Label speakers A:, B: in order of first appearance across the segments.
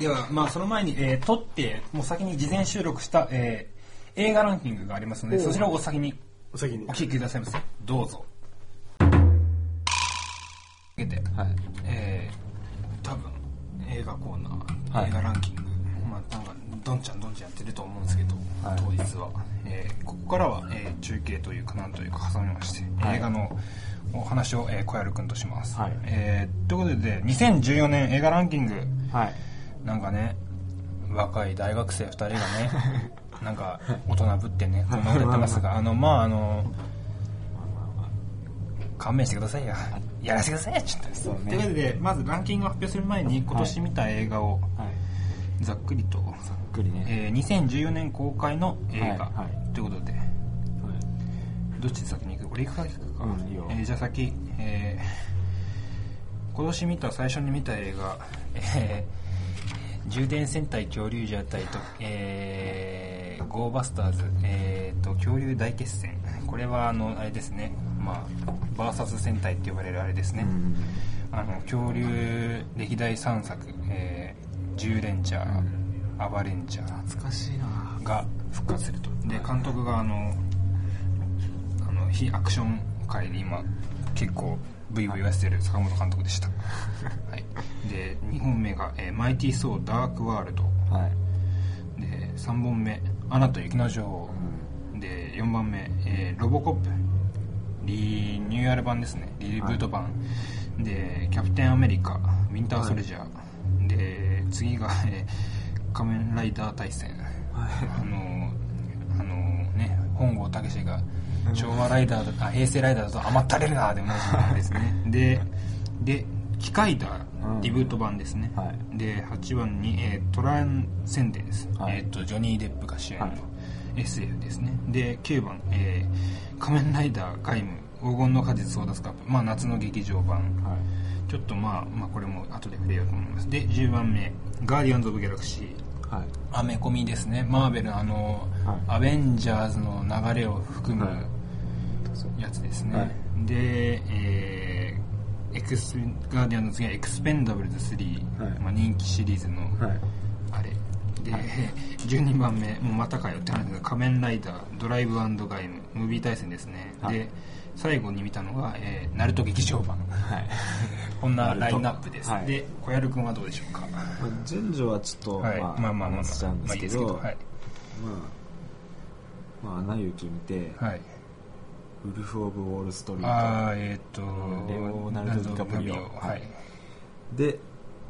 A: では、まあ、その前に、えー撮って、もう先に事前収録した、えー映画ランキングがありますので、
B: おう
A: そちらをお先に
B: お先に
A: お。聞きくださいませ。どうぞ。受けて、
C: はい。
A: えー、多分映画コーナー、
C: はい
A: 映画ランキング、まあ、なんか、どんちゃんどんちゃんやってると思うんですけど、
C: はい
A: 当日は、えーここからは、えー中継というか、なんというか挟みまして、
C: はい
A: 映画のお話を、えー小籔君とします。
C: はい
A: えーということで、2014年映画ランキング、
C: はい。
A: なんかね、若い大学生2人がね、 なんか大人ぶってね、こんなことやって ますが、あの、まあ、あの、勘弁してくださいよ。やらせてくださいよ、ちょっと。
C: そう
A: ということ
C: ね。
A: で、まずランキングを発表する前に、今年見た映画を
C: はい。
A: ざっくりと、
C: ゆっくりね。
A: えー2014年公開の映画、
C: はいはい
A: ということで、どっち先に行く俺行くか行くか、
C: うんいいよ
A: えーじゃあ先、えー 今年見た最初に見た映画、えー充電戦隊恐竜じゃ隊と、えーゴーバスターズ、えーと恐竜大決戦これはあのあれですねまあバーサス戦隊って呼ばれるあれですね、
C: うん
A: あの恐竜歴代3作、えー、10レンジャー、アバレンジャー
C: 懐かしいな
A: が復活するとで監督があのあの非アクション界で今結構ブイブイ言わせてる坂本監督でした、はい、で2本目が、えーマイティー・ソー・ダーク・ワールド」
C: はい。
A: で3本目「アナと雪の女王」で4番目、えーロボコップ」リニューアル版ですねリブート版、で「キャプテンアメリカ」「ウィンターソルジャー」で次が、えー仮面ライダー対戦」あのあのね本郷武史が昭和ライダーだあ平成ライダーだと余ったれるなでもですね でで機械だ
C: うん
A: リブート版ですね、
C: は
A: で8番に、えートランセンデです、
C: はい
A: えー、とジョニー・デップが主演の
C: はい
A: SF ですねで9番、えー仮面ライダーガイム黄金の果実を出すカップ」まあ、夏の劇場版
C: はい。
A: ちょっとまあ、まあ、これも後で触れようと思いますで10番目「ガーディアンズ・オブ・ギャラクシー」
C: はい。
A: アメコミですねマーベルのあの、
C: はい
A: アベンジャーズの流れを含む
C: はい
A: やつですね、
C: はい
A: で、えーエクスガーディアンの次はエクスペンダブルズ3、
C: はい
A: まあ、人気シリーズの
C: はい。
A: あれ、で、12番目もうまたかよって話が仮面ライダードライブガイムムービー対戦ですね、
C: はい
A: で最後に見たのが、えー、ナルト劇場版
C: はい。
A: こんなラインナップです、
C: はい
A: で小籔君はどうでしょうか
C: まあ順序はちょっと、
A: はい、まあまあまあまあ
C: 話しちゃうんで
A: まあ
C: す
A: いい
C: け
A: ですけど
C: ど、
A: はい、
C: まあ、まあ、アナ雪見て、
A: はい
C: ウルフ・オブ・ウォール・ストリー
A: ああえっ、と
C: レオナルドディカプリオ
A: レオナルドディカプはい
C: トで、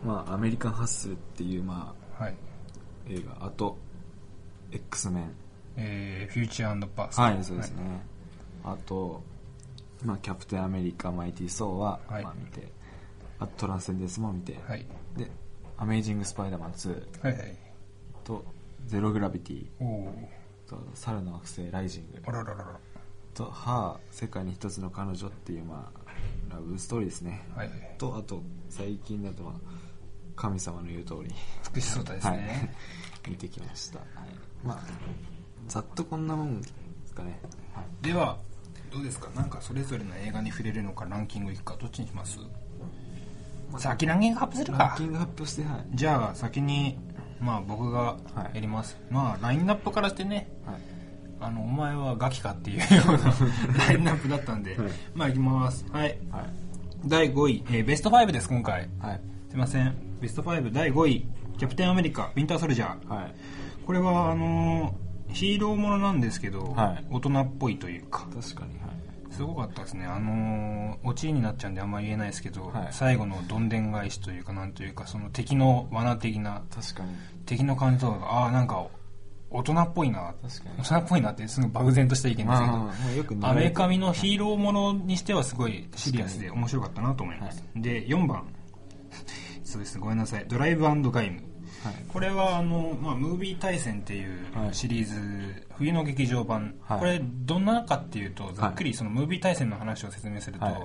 C: まあ、アメリカン・ハッスルっていう、まあ、
A: はい
C: 映画、あと、X メン。
A: えー、フューチャーパース
C: はい、そうですね。あと、まあ、キャプテン・アメリカ、マイティ・ソーは、
A: はい
C: まあ、見て、あと、トランセンデンスも見て、
A: はい
C: で、アメイジング・スパイダーマン2
A: はいはい
C: と、ゼロ・グラビティ
A: おお
C: と、猿の惑星、ライジング
A: あらららら
C: と、ハー、世界に一つの彼女っていう、まあ、ラブストーリーですね。
A: はい
C: と、あと、最近だと、まあ、神様の言う通り、
A: 美しそうだですね、
C: 見てきました。はい、まあ、ざっとこんなもんですかね。はい
A: ではどうですかなんかそれぞれの映画に触れるのかランキングいくかどっちにします先ランキング発表する
C: ラン
A: か
C: キング発表して、はい。
A: じゃあ先にまあ僕が
C: はい
A: やります、まあラインナップからしてね
C: はい
A: あのお前はガキかっていうような ラインナップだったんで、
C: はい
A: まあいきますはい
C: はい。
A: 第5位、えーベスト5です今回
C: はい。
A: すいませんベスト5第5位キャプテンアメリカウィンターソルジャー
C: はい。
A: これはあのーヒーローものなんですけど、
C: はい
A: 大人っぽいというか
C: 確かに、はい。
A: すごかったですねあのーオチになっちゃうんであんまり言えないですけど、
C: はい
A: 最後のどんでん返しというかなんというかその敵の罠的な
C: 確かに。
A: 敵の感じとかがああーなんか大人っぽいな
C: 確かに
A: 大人っぽいなってすごい漠然とした意見ですけど、
C: まあよく
A: アメリカミのヒーローものにしてはすごいシリアスで面白かったなと思います、で4番 そうですごめんなさい「ドライブガイム」
C: はい
A: これはあの、まあ、ムービー対戦っていう
C: はい
A: シリーズ、冬の劇場版、
C: はい
A: これどんなかっていうとざっくりそのムービー対戦の話を説明すると、
C: はい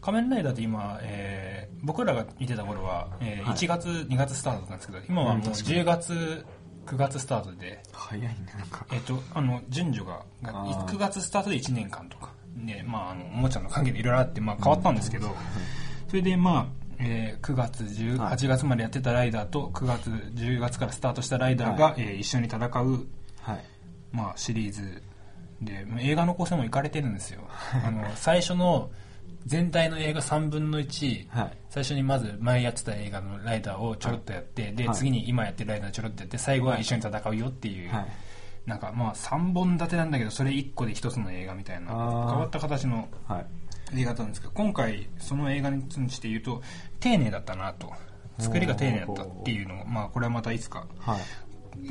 A: 仮面ライダーって今、えー僕らが見てた頃は、えー
C: はい
A: 1月、2月スタートだったんですけど今はもう
C: うん確かに
A: 10月9月スタートで、
C: 早いね、なんか。
A: えっと、あの順序が
C: あー
A: 9月スタートで1年間とか、ねまあ、あのおもちゃの関係でいろいろあって、まあ、変わったんですけど、それで、まあえー9月10
C: はい
A: 8月までやってたライダーと9月10月からスタートしたライダーが、
C: はい
A: えー一緒に戦う、
C: はい
A: まあ、シリーズで映画の構成も行かれてるんですよあの最初の全体の映画3分の1、
C: はい
A: 最初にまず前やってた映画のライダーをちょろっとやって、で、
C: はい
A: 次に今やってるライダーちょろっとやって最後は一緒に戦うよっていう、
C: はい
A: なんかまあ3本立てなんだけどそれ1個で1つの映画みたいな変
C: あー
A: わった形の
C: はい
A: 映画だったんですけど今回その映画について言うと丁寧だったなと作りが丁寧だったっていうのをまあこれはまたいつか、
C: はい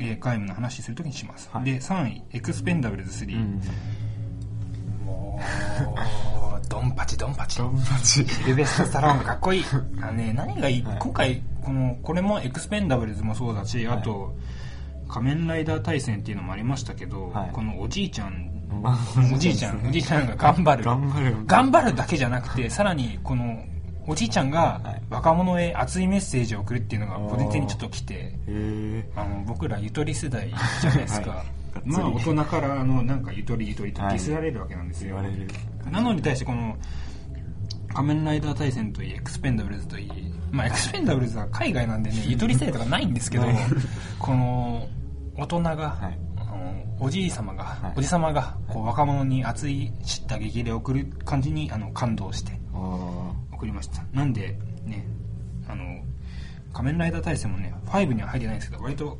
A: えー外務の話するときにします、
C: はい
A: で3位エクスペンダブルズ3、
C: うん
A: もうドンパチドンパチ
C: ドンパチ
A: シルベスタ・スタローンかっこ いいあ、ね、何がいい、
C: はい
A: 今回このこれもエクスペンダブルズもそうだしあと、仮面ライダー対戦っていうのもありましたけど、
C: はい
A: このおじいちゃん
C: まあ
A: おじいちゃ、
C: そうんですね
A: おじいちゃんが頑張る。
C: 頑張る
A: 頑張るだけじゃなくて、さらに、この、おじいちゃんが
C: はい
A: 若者へ熱いメッセージを送るっていうのが
C: おー
A: 個人的にちょっと来て、
C: へえ
A: あの、僕らゆとり世代じゃない ですか。
C: はい
A: まあ
C: が
A: 大
C: っつり
A: 人から、あの、なんかゆとりゆとりとディスられるわけなんです
C: 言
A: よ。
C: われる
A: なのに対してこの、仮面ライダー対戦といい、エクスペンダブルズといい、まあエクスペンダブルズは海外なんで ね、ゆとり世代とかないんですけど
C: ない、
A: この、大人が、
C: はい
A: あのおじい様が、
C: はい
A: おじ様がこう若者に熱い知った激励を送る感じにあの感動して
C: ああ
A: 送りましたなんでねあの仮面ライダー大戦もね5には入ってないんですけど割と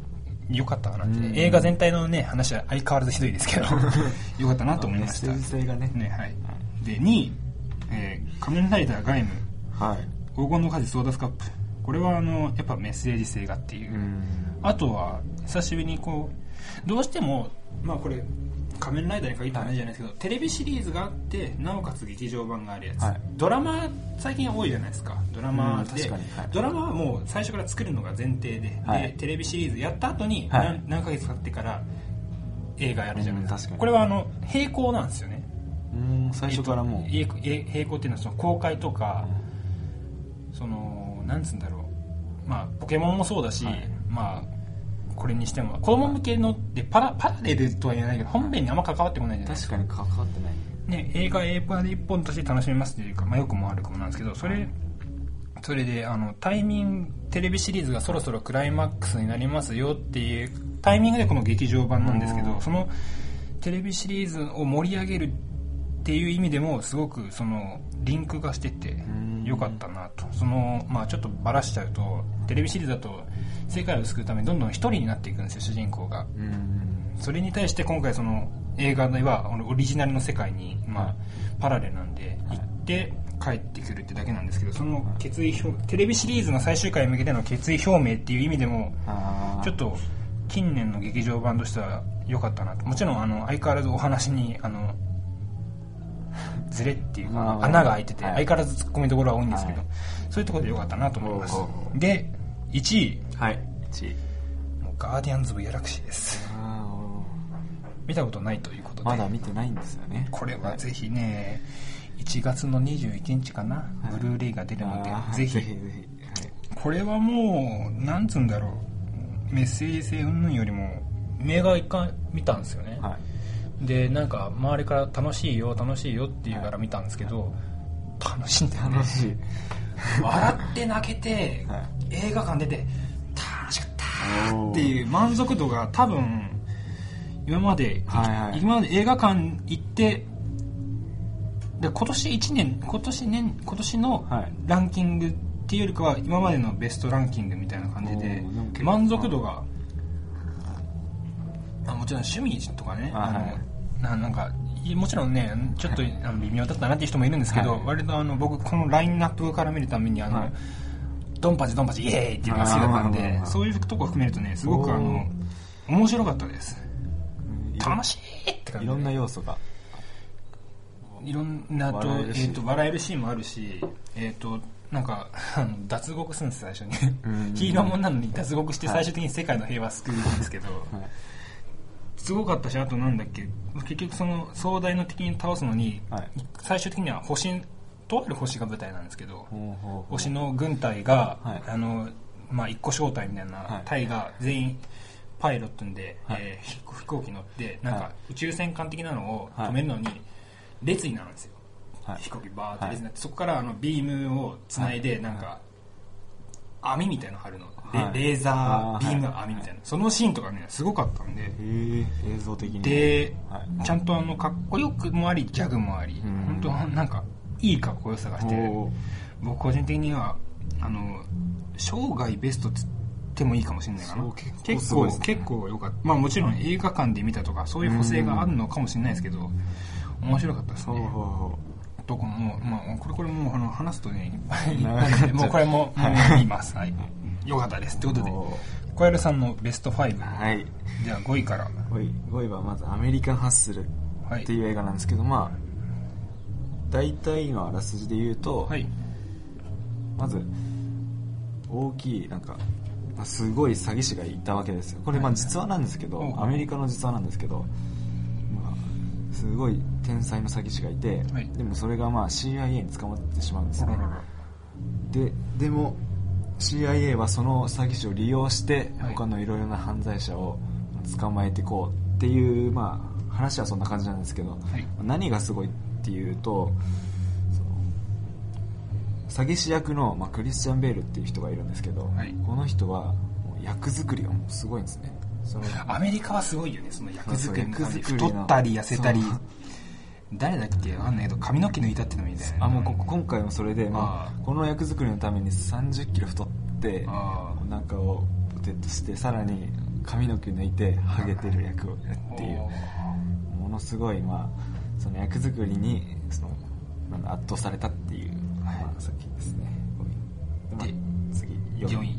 A: 良かったかなって、
C: うん
A: 映画全体のね話は相変わらずひどいですけ ど良かったなと思いました
C: メッセージ性がね
A: ねはいで2位、えー仮面ライダーガイム
C: はい
A: 黄金の果実ソーダスカップ」これはあのやっぱメッセージ性がっていう、
C: うん
A: あとは久しぶりにこうどうしてもまあこれ仮面ライダーに限った話じゃないですけど、テレビシリーズがあってなおかつ劇場版があるやつ、
C: はい
A: ドラマ最近多いじゃないですかドラマ
C: うん
A: で、
C: 確かにはい
A: ドラマはもう最初から作るのが前提で,、
C: はい
A: でテレビシリーズやった後に
C: はい
A: 何,、何ヶ月経ってから映画やるじゃないですか,、
C: うん確かに
A: これはあの並行なんですよね
C: うん最初からもう
A: えっとええ並行っていうのはその公開とか、そのなんつうんだろうまあポケモンもそうだし、
C: はい
A: まあこれにしても子供向けのってパラパラレルとは言えないけど本編にあんま関わってこないじゃないです
C: 確
A: か
C: かに関わってない
A: ね、映画映画で一本として楽しめますというか、まあ、よくも悪くもなんですけどそれそれであのタイミングテレビシリーズがそろそろクライマックスになりますよっていうタイミングでこの劇場版なんですけ
C: う
A: ど
C: ん
A: そのテレビシリーズを盛り上げるっていう意味でもすごくそのリンクがしてて
C: ん
A: よかったなとその、まあ、ちょっとバラしちゃうとテレビシリーズだと世界を救うためにどんどん一人になっていくんですよ主人公が。
C: うん
A: それに対して今回その映画ではオリジナルの世界に、ま
C: は
A: あ
C: い、
A: パラレルなんで行って帰ってくるってだけなんですけどその決意表テレビシリーズの最終回に向けての決意表明っていう意味でも
C: ああ
A: ちょっと近年の劇場版としては良かったなともちろんあの相変わらずお話にあの ズレっていう
C: ま
A: か
C: あ
A: 穴が開いてて
C: はい
A: 相変わらず突っ込みどころは多いんですけど
C: はい
A: そういうところで良かったなと思います
C: おうおうおう
A: で1位
C: はい1位
A: もうガーディアンズ・オブ・ギャラクシーです
C: あ
A: 見たことないということで
C: まだ見てないんですよね
A: これはぜひね、1月の21日かな、
C: はい
A: ブルーレイが出るの
C: あー
A: で、ぜ
C: ぜひ
A: ひ、
C: ぜひはい
A: これはもう、なんつうんだろう、メッセージ性云々よりも、映画一回見たんですよね。
C: はい
A: で、なんか、周りから楽しいよ、楽しいよって言うから見たんですけど、楽しいんだよね
C: 楽。しい
A: 笑って泣けて、
C: は
A: 映画館出て、楽しかったっていう満足度が多分今まで、
C: はいはい
A: 今まで映画館行ってで今年1年今年年今年の
C: はい
A: ランキングっていうよりかは今までのベストランキングみたいな感じ
C: おー
A: で
C: でも結構
A: 満足度があもちろん趣味とかね
C: はいはい
A: あのななんかいもちろんねちょっとあの微妙だったなっていう人もいるんですけど、
C: はい
A: 割とあの僕このラインナップから見るためにあの、
C: はい
A: ドンパチドンパチイエーイっていうのが好きだったん
C: あーまあまあ
A: で
C: まあ
A: そういうとこ含めるとねすごくあの面白かったです楽しいって感
C: い
A: じ
C: ろんな要素が
A: いろんなと,、
C: 笑え
A: え
C: るシーン
A: ー、と笑えるシーンもあるしえっ、となんかあの脱獄するんです最初に
C: うん
A: ヒーローもんなのに脱獄して最終的に世界の平和を救うんですけど、
C: はい
A: すごかったしあとなんだっけ結局その壮大な敵に倒すのに、
C: はい
A: 最終的には星とある星が舞台なんですけど、
C: ほうほうほう
A: 推しの軍隊が、
C: はい
A: あのまあ、一個小隊みたい
C: は
A: ない隊が全員パイロットんで、
C: はい
A: えー飛飛行機乗ってなん
C: は
A: か宇宙船艦的なのを
C: はい
A: 止めるのに列になるんですよ、
C: はい
A: 飛行機バーって列になって、そこからあのビームをつないでなんか網みたいなの貼るの、
C: はい
A: レレーザ
C: あー
A: ービーム網みたいな、そのシーンとかねすごかったんで、
C: え映像的に
A: で、
C: はい
A: ちゃんとあのかっこよくもありギャグもあり
C: う
A: 本
C: ん
A: 当なんかいいかっこよさがして
C: おー
A: 僕個人的にはあの生涯ベストっつってもいいかもしれないか
C: そ
A: な
C: う結構
A: 結
C: すご
A: 構
C: いですね
A: 結構良かったまあもちろん映画館で見たとかそういう補正があるのかもしれないですけど面白かったです
C: ほうほう
A: ね
C: ほ
A: とかもう、まあ、これこれもうあの話すとねいっぱい
C: 長くなっちゃう
A: もうこれももう言いますはい良かったですということで
C: お
A: 小籔さんのベスト5
C: うはい
A: じゃあ5位から
C: 5位はまず「アメリカンハッスル」
A: はい
C: っていう映画なんですけど、まあ大体のあらすじで言うと、
A: はい
C: まず大きいなんかまあすごい詐欺師がいたわけですよこれまあ実話なんですけど、
A: お
C: アメリカの実話なんですけど、まあ、すごい天才の詐欺師がいて、
A: はい
C: でもそれがまあ CIA に捕まってしまうんです
A: あら
C: ね
A: らら
C: ででも CIA はその詐欺師を利用して
A: はい
C: 他のいろいろな犯罪者を捕まえていこうっていう、まあ、話はそんな感じなんですけど、
A: い
C: 何がすごいっていうとその詐欺師役の、まあ、クリスチャン・ベールっていう人がいるんですけど、
A: はい
C: この人はもう役作りがもうすごいんですねその
A: アメリカはすごいよね、その役作りの
C: そうそ
A: 感
C: う
A: じ
C: 役作り
A: 太
C: の
A: ったり痩せたり
C: そう。
A: 誰だっけわかんないけど、髪の毛抜いたってのもいいんだよね。
C: あもうこ今回もそれで、ま
A: あ
C: あ、この役作りのために3 0キロ太って
A: あ
C: お腹をポテッとしてさらに髪の毛抜いてハゲてる役をやるっていうものすごい、まあ、その役作りにそのなんだ圧倒されたっていう、
A: はい
C: まあ、作品ですね
A: で
C: 次
A: 4位。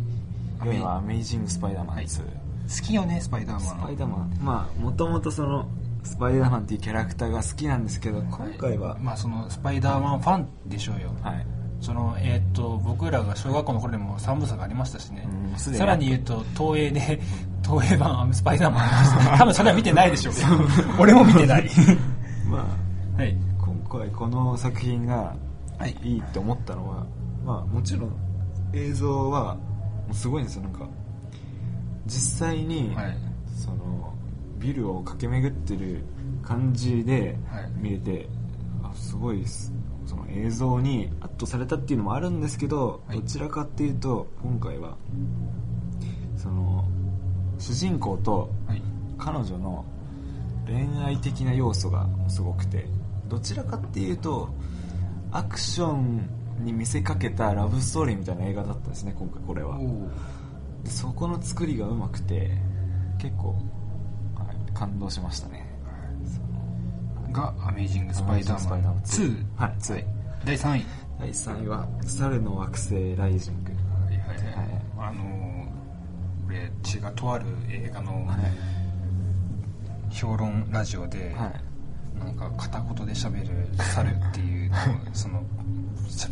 C: 4位は「アメイジング・スパイダーマン
A: はい
C: 2」
A: 好きよね、スパイダーマン。
C: スパイダーマンまあもともとそのスパイダーマンっていうキャラクターが好きなんですけど今回は、
A: まあ、その、スパイダーマンファンでしょうよ。
C: はい
A: その、えーっと、僕らが小学校の頃でも3部作ありましたしね
C: うん。すでに
A: さらに言うと、東映で、東映版スパイダーマンありました。多分それは見てないでしょうけど。俺も見て ない。
C: まあ
A: はい。
C: 今回この作品が
A: はい
C: いいって思ったのは、まあもちろん映像はすごいんですよなんか実際に、
A: はい
C: そのビルを駆け巡ってる感じで
A: はい
C: 見れて、あすごいですその映像に圧倒されたっていうのもあるんですけど、
A: はい
C: どちらかっていうと今回はその主人公と
A: はい。
C: 彼女の恋愛的な要素がすごくてどちらかっていうとアクションに見せかけたラブストーリーみたいな映画だったんですね今回これ
A: お
C: は
A: ー
C: でそこの作りがうまくて結構、はい感動しましたね
A: が「アメイジング・スパイダーマン2」
C: はい2
A: はい第3位
C: 第3位は「猿の惑星ライジング」
A: はいはい
C: は
A: はい
C: い
A: あのーこれ違うとある映画の
C: はい
A: 評論ラジオで、
C: はい
A: なんか片言で喋る猿っていう のをその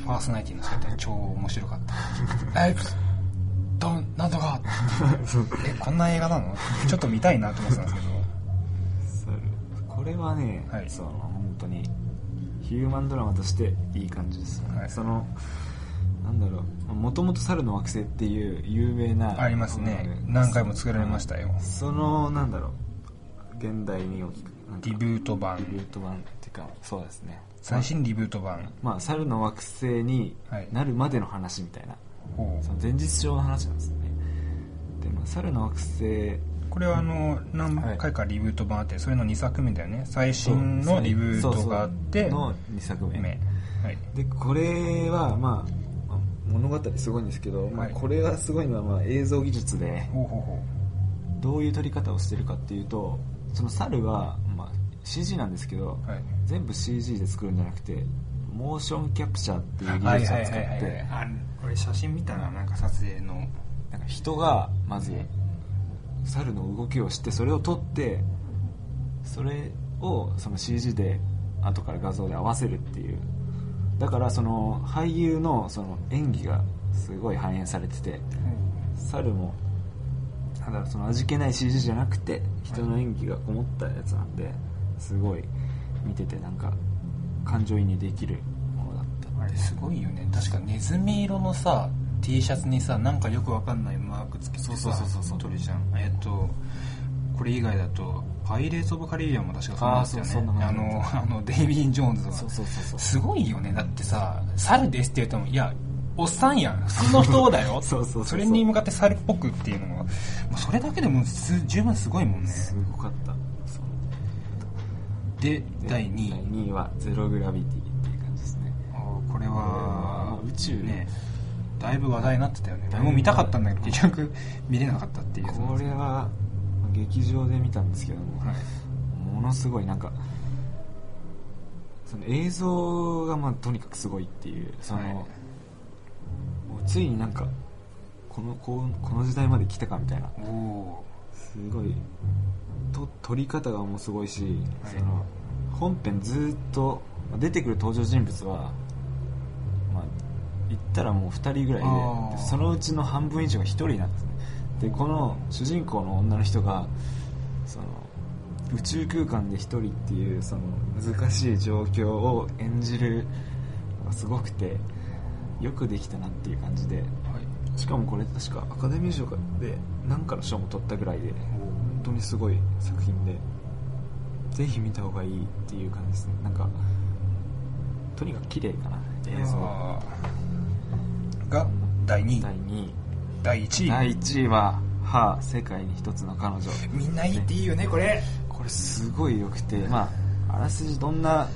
A: パーソナリティの姿が超面白か った「えどんなんとか」えこんな映画なのちょっと見たいなと思ってたんですけど
C: 猿これはね、
A: はい
C: その本当にヒューマンドラマとしていい感じですよね、
A: はい
C: そのなんだろうもともと「猿の惑星」っていう有名な
A: ありますね
C: もので
A: 何回も作られましたよ
C: そのなんだろう現代に大きくなんか
A: リブート版
C: リブート版っていうかそうですね
A: 最新リブート版
C: まあ猿の惑星に
A: はい
C: なるまでの話みたいな、
A: ほう
C: その前日上の話なんですよねで、まあ、猿の惑星
A: これはあの何回かリブート版あってそれの2作目だよね最新のリブートがあって
C: そうそうの2作目
A: 目はい
C: でこれはまあまあ物語すごいんですけど、まあ、
A: はい
C: これがすごいのはまあ映像技術で
A: ほうほうほ
C: どういう撮り方をしてるかっていうとその猿は、まあ、CG なんですけど、
A: うはい
C: 全部 CG で作るんじゃなくてモーションキャプチャーっていう技術を使って、
A: あこれ写真見たななんか撮影の
C: なんか人がまず猿の動きをしてそれを撮ってそれをその CG で後から画像で合わせるっていうだからその俳優のその演技がすごい反映されてて猿もなんだろうその味気ない CG じゃなくて人の演技がこもったやつなんですごい見ててなんか感情移入できるものだった
A: あれすごいよね確かネズミ色のさ T シャツにさなんかよくわかんないマークつけてさ
C: そうそうそうそうそう
A: 撮るじゃんえっとこれ以外だとパイレーツ・オブ・カリビアンも確かそうなんですよ
C: あーそうそんな
A: ね
C: 感じ
A: あのあのデイビー・ジョーンズとか
C: そうそうそうそう
A: すごいよねだってさ「猿です」って言うともいやおっさんやん普通の人だよ
C: そうそうそうそう
A: れに向かって猿っぽくっていうのはもうそれだけでもす十分すごいもんね
C: すごかったそう
A: で
C: で
A: 第2
C: 第
A: 位
C: 2位は「ゼログラビティ」っていう感じですね
A: あーこれは
C: もう宇宙
A: ねだいぶ話題になってたよね
C: だ
A: 俺
C: いぶ
A: も見たかったんだけど結局見れなかったっていう
C: これはまあ劇場で見たんですけども、
A: はい
C: ものすごいなんかその映像がまあとにかくすごいっていうその、
A: はい
C: もうついになんかこのこうこの時代まで来たかみたいな
A: おお
C: すごいと撮り方がもうすごいし、
A: はい
C: その本編ずっとまあ出てくる登場人物は、まあ、言ったらもう2人ぐらい
A: あー
C: ででそのうちの半分以上が1人なんですねでこの主人公の女の人がその宇宙空間で1人っていうその難しい状況を演じるのがすごくてよくできたなっていう感じで
A: はい
C: しかもこれ確かアカデミー賞で何かの賞も取ったぐらいで本当にすごい作品でぜひ見た方がいいっていう感じですねなんかとにかく綺麗かな映像は
A: あーが第2
C: 第
A: 位
C: 2位
A: 第1位
C: 第1位は「はあ世界に一つの彼女
A: みんないいっていいよねこれ」
C: これすごい良くてまああらすじどんな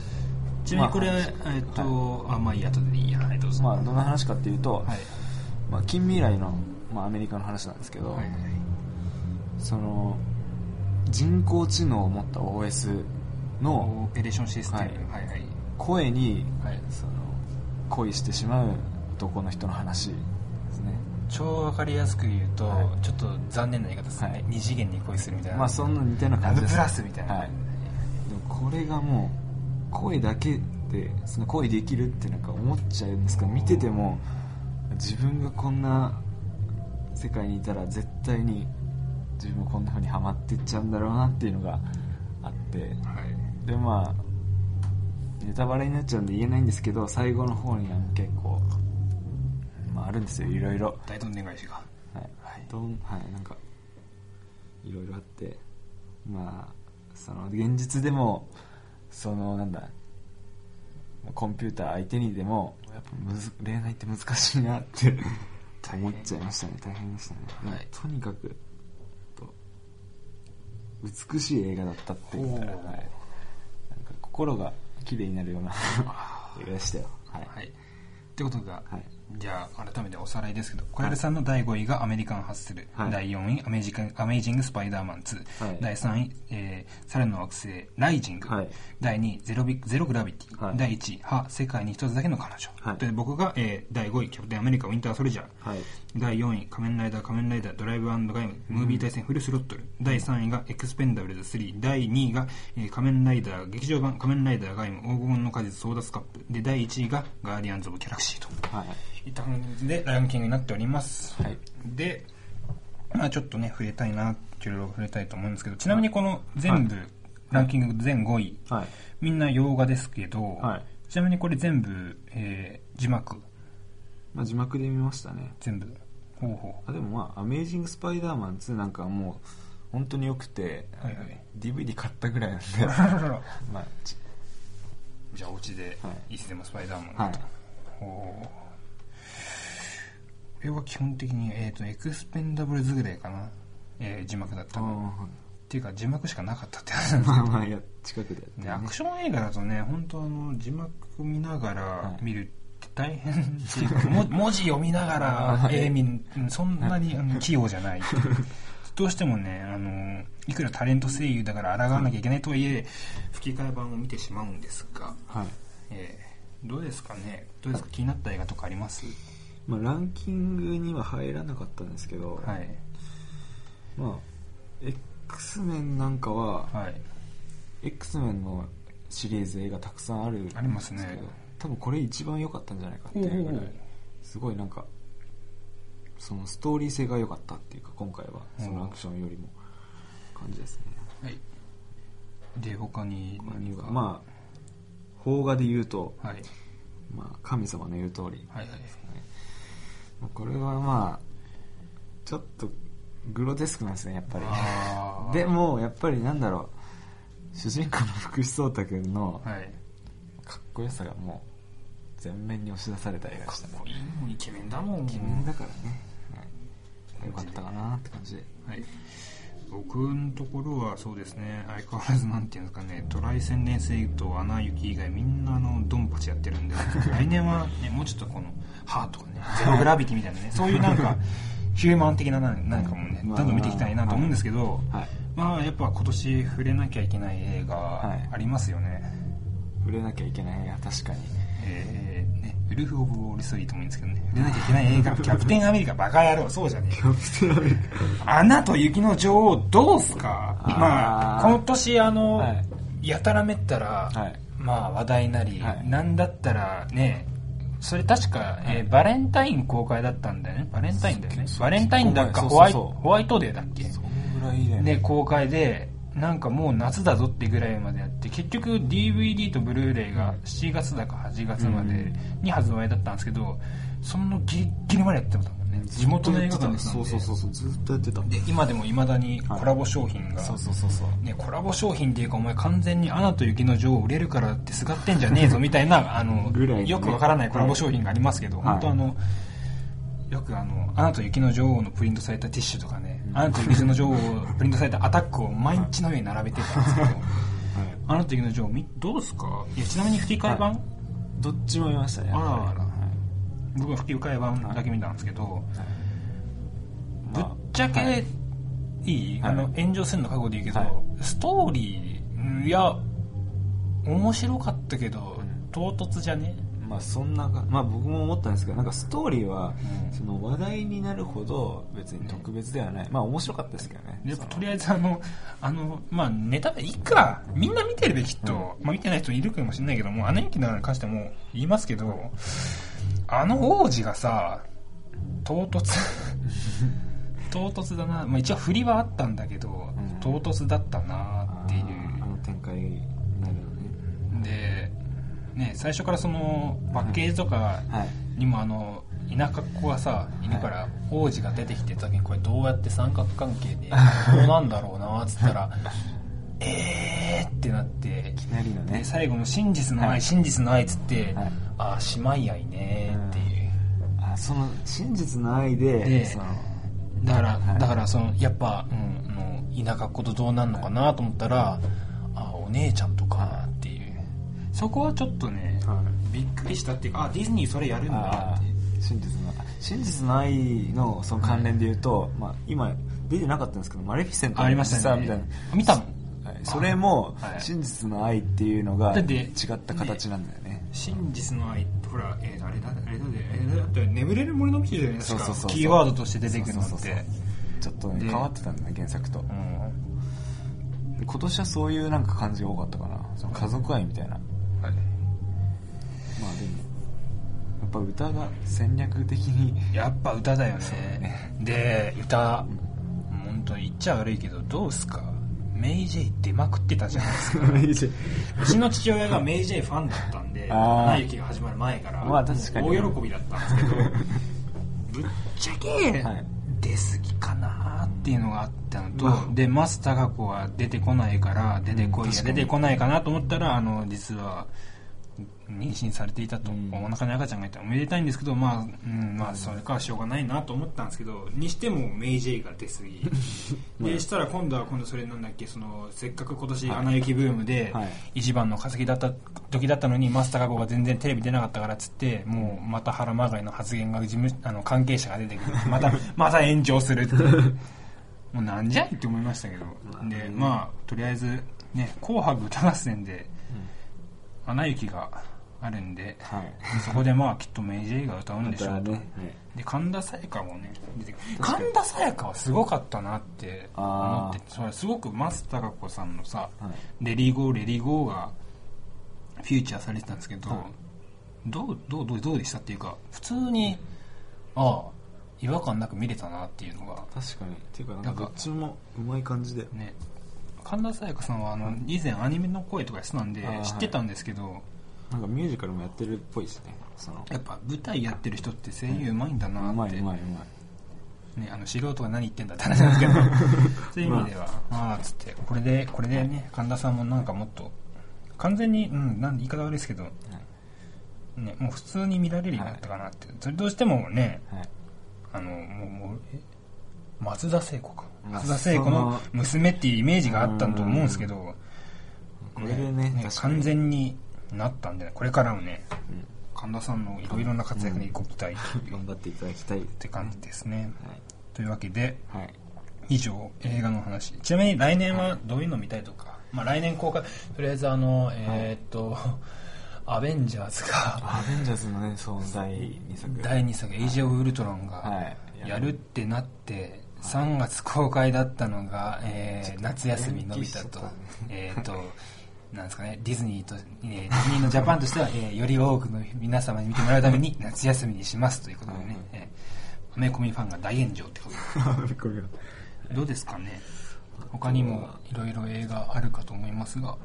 A: ちなみにこれ、
C: まあ
A: えっと、あまあいい後でいいやはいどうぞ、
C: まあどんな話かっていうと、
A: はい
C: まあ、近未来の、まあ、アメリカの話なんですけど、
A: はいはい
C: その人工知能を持った OS
A: オ
C: の
A: ペレーションシステム、
C: はい
A: はいはい
C: 声に
A: はい
C: その恋してしまう男の人の話ですね
A: 超わかりやすく言うと、
C: はい
A: ちょっと残念な言い方ですね、
C: はい
A: 二次元に恋するみたいな
C: まあそんな似たような
A: ラ
C: 感じ
A: ブ
C: です
A: プラスみたいな、
C: はい、でもこれがもう声だけでその恋できるってなんか思っちゃうんですけど見てても自分がこんな世界にいたら絶対に自分もこんな風にハマってっちゃうんだろうなっていうのがあって
A: はい
C: でまあネタバレになっちゃうんで言えないんですけど最後の方には結構、まあ、あるんですよいろいろ
A: 大どんでん返しが
C: はい、
A: はい
C: どんはいなんかいろいろあってまあその現実でもそのなんだコンピューター相手にでもやっぱむず恋愛って難しいなって
A: 大変
C: 思っちゃいましたね大変でしたね、
A: はい
C: でもとにかくと美しい映画だったっていうか、はい、な
A: ほう
C: んか心が綺麗になるような映画でしたよはい、
A: はいってことが、
C: はい
A: じゃあ改めておさらいですけど小籔さんの第5位が「アメリカン・ハッスル」
C: はい
A: 第4位アメジカン「アメイジング・スパイダーマン2」
C: はい
A: 第3位、えー「猿の惑星ライジング」
C: はい
A: 第2位ゼロビ「ゼログラビティ」
C: はい
A: 第1位「は世界に一つだけの彼女」
C: はい
A: で僕が、えー第5位「キャプテン・アメリカ・ウィンター・ソルジャー」
C: はい
A: 第4位「仮面ライダー仮面ライダードライブガイム」ムービー対戦フルスロットル、第3位が「エクスペンダブルズ3」第2位が、えー仮面ライダー劇場版仮面ライダーガイム黄金の果実争奪カップ」で第1位が「ガーディアンズ・オブ・ギャラクシー」と
C: はい
A: いった感じでランキングになっております、
C: はい
A: で、まあ、ちょっとね触れたいないろいろ触れたいと思うんですけどちなみにこの全部、ランキング全5位
C: はい
A: みんな洋画ですけど、
C: はい
A: ちなみにこれ全部、えー字幕
C: まあ、字幕で見ましたね
A: 全部ほう ほ
C: あでもまあ「アメイジング・スパイダーマン2」なんかはもう本当に良くて、
A: はいはい
C: DVD 買ったぐらい なんで
A: うあららら
C: まあち
A: じゃあお家で、、
C: はいい
A: つでもスパイダーマンを
C: はい
A: おーこれは基本的に、えー、とエクスペンダブルズぐらいかな、えー字幕だった
C: あー
A: のっ
C: はい
A: ていうか字幕しかなかったって話なんです
C: まあまあいや近くでやって
A: ねアクション映画だとね本当あの字幕見ながら
C: はい
A: 見るって大変っていう か、も文字読みな がら
C: はい
A: 絵見んそんなにあの器用じゃない どうしてもねあのいくらタレント声優だから抗わなきゃいけないとはいえ吹き替え版を見てしまうんですが、
C: はい、
A: えーどうですかねどうですか気になった映画とかあります
C: まあ、ランキングには入らなかったんですけど、
A: はい
C: まあ X メンなんかは、
A: はい
C: X メンのシリーズ映画たくさんあるんですけど
A: ありますね
C: 多分これ一番良かったんじゃないかっていうぐら
A: お
C: い
A: ー
C: すごいなんかそのストーリー性が良かったっていうか今回はそのアクションよりも感じですね
A: はいで他に
C: 他には
A: 何か
C: まあ邦画で言うと、
A: はい
C: まあ、神様の言う通り、
A: はいはい
C: まあこれはまあちょっとグロテスクなんですねやっぱり
A: あー
C: でもやっぱりなんだろう主人公の福士蒼太君の
A: はい
C: かっこよさがもう全面に押し出された映画でしたね
A: こいいもんイケメンだもん
C: 記念だからね、はい、よかったかなって感じで
A: はい、僕のところはそうですね相変わらずなんていうんですかねトライ宣伝水とアナ雪以外みんなあのドンパチやってるんで来年は、ね、もうちょっとこの「ハート」とかね「ゼログラビティ」みたいなねそういうなんかヒューマン的ななんなんかもね
C: まあ
A: どんどん見ていきたいなと思うんですけど、
C: はい
A: まあやっぱ今年触れなきゃいけない映画
C: い
A: ありますよね、
C: 触れなきゃいけない映画確かに
A: えーねウルフ・オブ・ウォール・ストリートもいいんですけどね触れなきゃいけない映画「キャプテン・アメリカ」バカ野郎そうじゃねえよアナと雪の女王どうすか
C: あー
A: まあ今年あの、
C: はい
A: やたらめったら、
C: はい
A: まあ話題なり、
C: はい
A: なんだったらねそれ確か、えーバレンタイン公開だったんだよねバレンタインだよね
C: そう
A: バレンタインだっか
C: そう
A: ホワイ
C: そうそう
A: ホワイトデーだっけ
C: そんぐらいだよね
A: で公開でなんかもう夏だぞってぐらいまでやって結局 DVD とブルーレイが7月だか8月までに発売だったんですけどそのギリギリまでやってたもんね地元の映画館です
C: そうそうそうそうずっとやってた
A: で今でもいまだにコラボ商品が、
C: そうそうそうそう
A: ね、コラボ商品っていうかお前完全に「アナと雪の女王」売れるからってすがってんじゃねえぞみたい なあの
C: ぐらいね
A: よくわからないコラボ商品がありますけど、
C: はい
A: 本当あのよくあの「アナと雪の女王」のプリントされたティッシュとかね「アナと雪の女王」プリントされたアタックを毎日のように並べてたんです けど
C: はい
A: 「アナと雪の女王み」どうですかいやちなみに吹き替え版、
C: はどっちも見ましたね
A: あらあら
C: やっぱり
A: 僕は吹き替え版だけ見たんですけど、ぶっ
C: ま
A: ちゃけ、
C: はい
A: い、い
C: はい
A: あの炎上するの覚悟でいいけど、
C: はい
A: ストーリーいや面白かったけど、唐突じゃね
C: あまあそんなかまあ僕も思ったんですけどなんかストーリーは
A: うん
C: その話題になるほど別に特別ではないまあ面白かったですけどね
A: やっぱ
C: その
A: とりあえずあのあのまあネタでいいかみんな見てるべきっと、まあ、見てない人いるかもしれないけどもうアナ雪の話に関してはもう言いますけどあの王子がさ唐 突唐突だな、まあ、一応振りはあったんだけど、
C: うん
A: 唐突だったなっていう
C: あーあの展開になるのね
A: で、ね、最初からそのパッケージとか
C: はい
A: にもあの田舎っ子がさいるから王子が出てきてた時にこれどうやって三角関係 でこうなんだろうなっつったら 「えー!」ってなって
C: いきなりのね
A: で最後の「真実の愛、
C: はい
A: 真実の愛」っつって「
C: はい
A: ああ姉妹愛ね」っていう。
C: あその真実の愛で
A: で
C: その
A: だから、
C: はい
A: だからそのやっぱ、うん、あの田舎っ子とどうなんのかなと思ったら、あお姉ちゃんとかっていうそこはちょっとね、
C: は
A: びっくりしたっていうかあディズニーそれやるんだ
C: あ
A: っていう
C: ー真実の真実の愛のその関連で言うと、まあ、今出てなかったんですけどマレフィセント
A: あ
C: の
A: ありましたね
C: 実際み
A: 見たの
C: たいな、はいそれも
A: はい
C: 真実の愛っていうのが
A: だって
C: 違った形なんだよね
A: 真実の愛ってほら、えーあれだあれだで、えーだって眠れる森の道じゃないです
C: そう
A: か
C: そうそう
A: キーワードとして出てくるのって
C: そうそうそうちょっとね
A: で
C: 変わってたんだね原作と
A: うん
C: で今年はそういうなんか感じが多かったかなその家族愛みたいなま
A: はい
C: あでもやっぱ歌が戦略的 に
A: やっぱ歌だよね
C: だね
A: で歌本当言っちゃ悪いけどどうすかメイ・ジェイ出まくってたじゃないです かうちの父親がメイ・ジェイファンだったんで「
C: あ
A: ア
C: ー
A: ナ雪」が始まる前から,、
C: まあ確かに
A: 大喜びだったんですけどぶっちゃけ、
C: はい
A: 出過ぎかなっていうのがあったのと、
C: まあ
A: でマスタが子は出てこないから出てこい
C: うん
A: や
C: 確
A: 出
C: かに
A: てこないかなと思ったらあの実は。妊娠されていたと、
C: うん
A: お腹に赤ちゃんがいたおめでたいんですけど、まあ、うん、まあ、それかはしょうがないなと思ったんですけど、にしても、メイ・ジェイが出過ぎ。で、したら今度は、今度それなんだっけ、その、せっかく今年、アナ雪ブームで
C: はい、
A: 一番の稼ぎだった時だったのに、マスタカゴが全然テレビ出なかったからっつって、もう、また腹まがいの発言が事務、あの、関係者が出てくる。ま た、また炎上するっていう。もうなんじゃいって思いましたけど。で、まあ、とりあえず、ね、紅白歌合戦で、アナ雪があるんで、
C: はい
A: そこでまあきっとメイジェイが歌うん
C: ま
A: でしょ
C: た
A: うと。
C: ね、はい
A: で、神田沙也加もね、出てくる。神田沙也加はすごかったなって思
C: あー
A: ってて、それすごく松たか子さんのさ、
C: はい
A: レリーゴー、レリーゴーがフューチャーされてたんですけど、
C: はい
A: どう、どう、どう、どうでしたっていうか、普通に、ああ、違和感なく見れたなっていうのが、
C: 確かにっていうかなん
A: な
C: か
A: んか
C: どっちもうまい感じで
A: ね、神田沙也加さんはあの、以前アニメの声とかしてたんで
C: あー、
A: 知ってたんですけど、
C: なんかミュージカルもやってるっぽいしねその
A: やっぱ舞台やってる人って声優うまいんだ
C: う
A: な
C: ま
A: っ
C: いう
A: て、
C: まいうまい
A: ね、あの素人が何言ってんだって話 なんですけどそういう意味では、まあ、つってこれでこれでね神田さんもなんかもっと完全に、うん、なん言い方悪いですけど、ね、もう普通に見られるようになったかなって、それどうしてもね
C: はい
A: あのもうもうえ松田聖子か
C: うん
A: 松田聖子の娘っていうイメージがあったと思うんですけど
C: これでね確かに
A: 完全になったんでこれからもね
C: うん
A: 神田さんのいろいろな活躍にご期待っていう
C: 頑張っていただきたいっ
A: って感じですね
C: はい
A: というわけで
C: はい
A: 以上映画の話ちなみに来年はどういうの見たいとか、まあ、来年公開とりあえずあのえーっと、アベンジャーズが
C: アベンジャーズのね存在2作
A: 第2作「エイジ・オブ・ウルトロン」
C: は
A: が
C: い
A: やるってなって3月公開だったのが、えー夏休みのび太と
C: 延期しちゃったね
A: えーっとなんですかね、ディズニーと、えーディズニーのジャパンとしては、えーより多くの皆様に見てもらうために夏休みにしますということでね、
C: はいはい
A: えーアメコミファンが大炎上ってことで
C: これは
A: どうですかね他にもいろいろ映画あるかと思いますが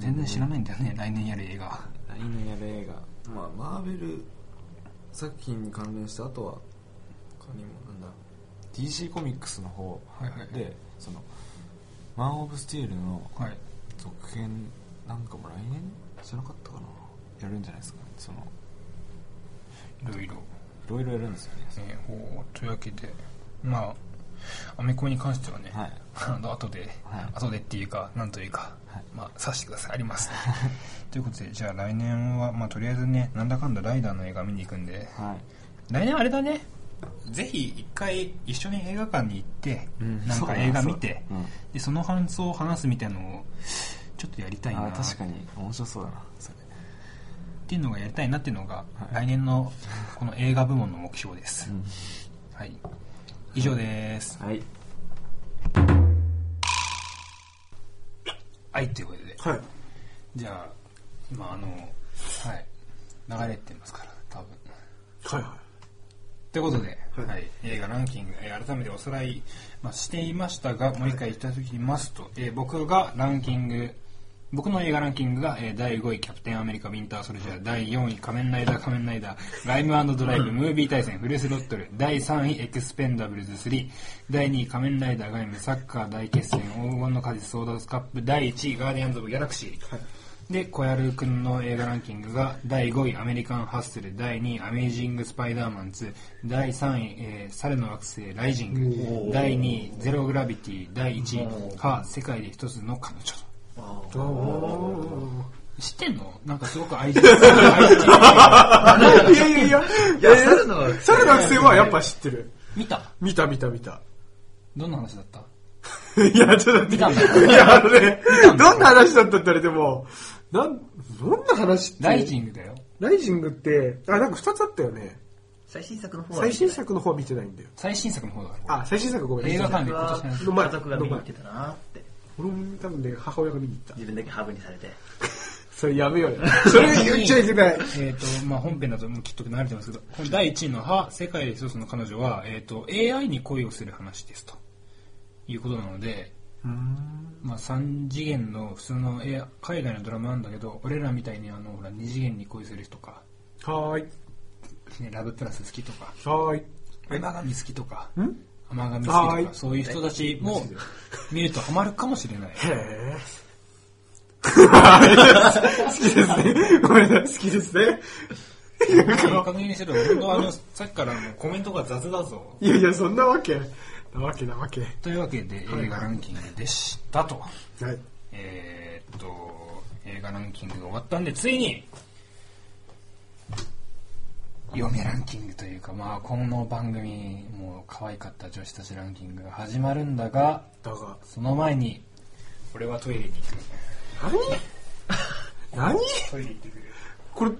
A: 全然知らないんだよね来年やる映画
C: 来年やる映画まあマーベル作品に関連したあとは他にもなんだ DC コミックスの方
A: はいはい
C: でそのマン・オブ・スティールの
A: はい
C: 続編なんかも来年じゃなかったかなやるんじゃないですかその
A: いろいろ、
C: いろいろやるんですよね
A: えーほうというわけでまあアメコミに関してはね、
C: はい
A: あの後で、
C: はい
A: 後でっていうかなんというか、
C: はい
A: まあさしてくださいありますということでじゃあ来年は、まあ、とりあえずねなんだかんだライダーの映画見に行くんで
C: はい
A: 来年あれだねぜひ一回一緒に映画館に行って、
C: うん
A: なんか映画見て
C: そうだね
A: でその感想を話すみたいなのをちょっとやりたいな
C: あ確か
A: っ
C: に面白そうだなそれ
A: ていうのがやりたいなっていうのが、
C: はい
A: 来年のこの映画部門の目標 です、
C: うん
A: はい以上です
C: はい
A: はいということで
C: はい
A: じゃあ今あのはい流れてますから多分
C: はいは
A: ということで、はい映画ランキング、えー改めておさらい、まあ、していましたが、もう一回言っておきますと、えー僕がランキング、僕の映画ランキングが、えー第5位、キャプテンアメリカ、ウィンターソルジャー、第4位、仮面ライダー、仮面ライダー、ライムドライブ、ムービー対戦、フルスロットル、第3位、エクスペンダブルズ3、第2位、仮面ライダー、ガイム、サッカー大決戦、黄金の果実、ソーダスカップ、第1位、ガーディアンズ・オブ・ギャラクシー、で、小籔くんの映画ランキングが、第5位、アメリカン・ハッスル、第2位、アメイジング・スパイダーマン2、第3位、えー、猿の惑星、ライジング、第2位、ゼロ・グラビティ、第1位、か、世界で一つの彼女と。知ってんのなんかすごく愛人。愛人
B: いやいやいや、いや、猿の惑星はやっぱ知ってる。
A: 見た
B: 見た見た見た。
A: どんな話だった
B: いや、ちょっと待
A: 見たんだ
B: って。いや、あのね、どんな話だったって言われても、なん、どんな話って。
A: ライジングだよ。
B: ライジングって、あ、なんか二つあったよね。
D: 最新作の方は
B: 最新作の方は見てないんだよ。
A: 最新作の方だから。
B: あ、最新作ごめん
A: 映画館で今年のやつ
D: 僕は家族が見に行ってたなって
B: 俺も多分ね、母親が見に行った。
D: 自分だけハブにされて
B: それやめようよ。それ言っちゃいけない。
A: えっ、と、まあ、本編だともうきっと慣れてますけど、この第1位の歯、世界で一つの彼女は、えっ、と、AI に恋をする話ですと。いうことなので、まあ、3次元の普通の、えー海外のドラマなんだけど、俺らみたいにあの、ほら、2次元に恋する人とか、
B: はーい。
A: ね、ラブプラス好きとか、
B: はーい。
A: 甘神好きとか、
B: ん
A: 甘神
B: は
A: 好きと
B: ー
A: か、
B: い
A: そういう人たちも 見るとハマるかもしれ ない。
B: へえ。好きですね。ごめんなさい、好きですね。
A: 確認してる本当はあの、さっきからもうコメントが雑だぞ。
B: いやいや、そんなわけ。なわけなわけ。は
A: というわけで、映画ランキングでしたと。
B: い。
A: えーっと、映画ランキングが終わったんで、ついに、嫁ランキングというか、まあ、この番組、もう可愛かった女子たちランキングが始まるんだが、
B: だが、
A: その前に、俺はトイレに行く。
B: 何
A: トイレ行ってくる。
B: これ、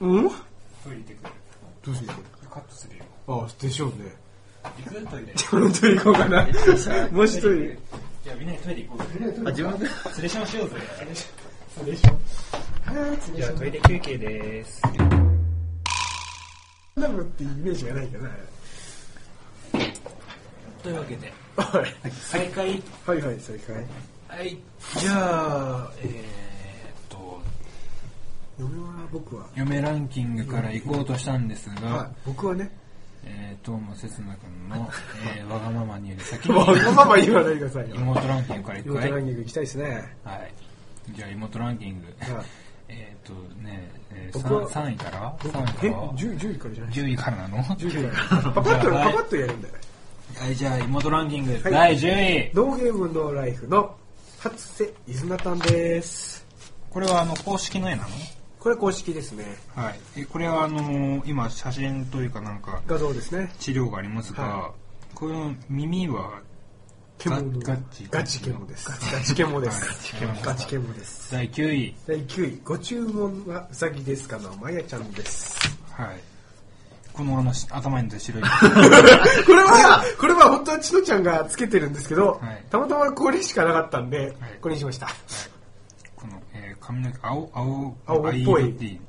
B: うんど
A: トイレ行ってくる。
B: うする
A: カットするよ。
B: ああ、でしょうね。
A: 行くトイレ。
B: このトイレ行こうかな。 もしトイレ。
A: じゃあみんなでトイレ行こうぜ。
D: あ自分
A: スレションしよ うぜ。スレション。じゃあトイレ休憩でーす。
B: ダムってイメージがないかな。
A: というわけで、
B: はい。
A: 再開
B: はいはい、再開。
A: はい、じゃあ、えー、っと、
B: 嫁は僕は、
A: 嫁ランキングから行こうとしたんですが、
B: はい、僕はね、
A: えー、トーマセスナ君の、えー、わがままにより先
B: わが
A: に
B: まま言わないでくださいよ。
A: 妹ランキングから行く
B: 妹
A: かい
B: ランキング行きたいですね。
A: はい。じゃあ妹ランキング。
B: はい
A: えっ、とね、えー、
B: 僕は
A: 3, 位から ?3 位
B: え
A: から
B: 10, 位からじゃない
A: 10位からなの
B: 10位から。パパッと、パパッとやるんだよね。
A: はい、じゃあ、妹ランキング、
B: い
A: 第10位。
B: ノーゲームノーライフの初瀬イズナタンです。
A: これは、あの、公式の絵なの
B: これ公式ですね。
A: はい。えこれは、あのー今、写真というかなんか、
B: 画像ですね。
A: 治療がありますが、
B: は
A: この耳は、
B: 獣
A: ガガチ
B: ガチケモです。ガチケモで
A: ガ
B: す
A: チケモ。
B: ガチケモです。
A: 第9位。
B: 第9位、ご注文はうさぎですかのまやちゃんです。
A: はい。この、あの、し頭に出た白い。
B: これは、これは本当はちのちゃんがつけてるんですけど
A: はい、
B: たまたまこれしかなかったんで
A: はい、
B: これにしました。
A: この、えー髪の毛、青、青、
B: 青っぽい
A: IED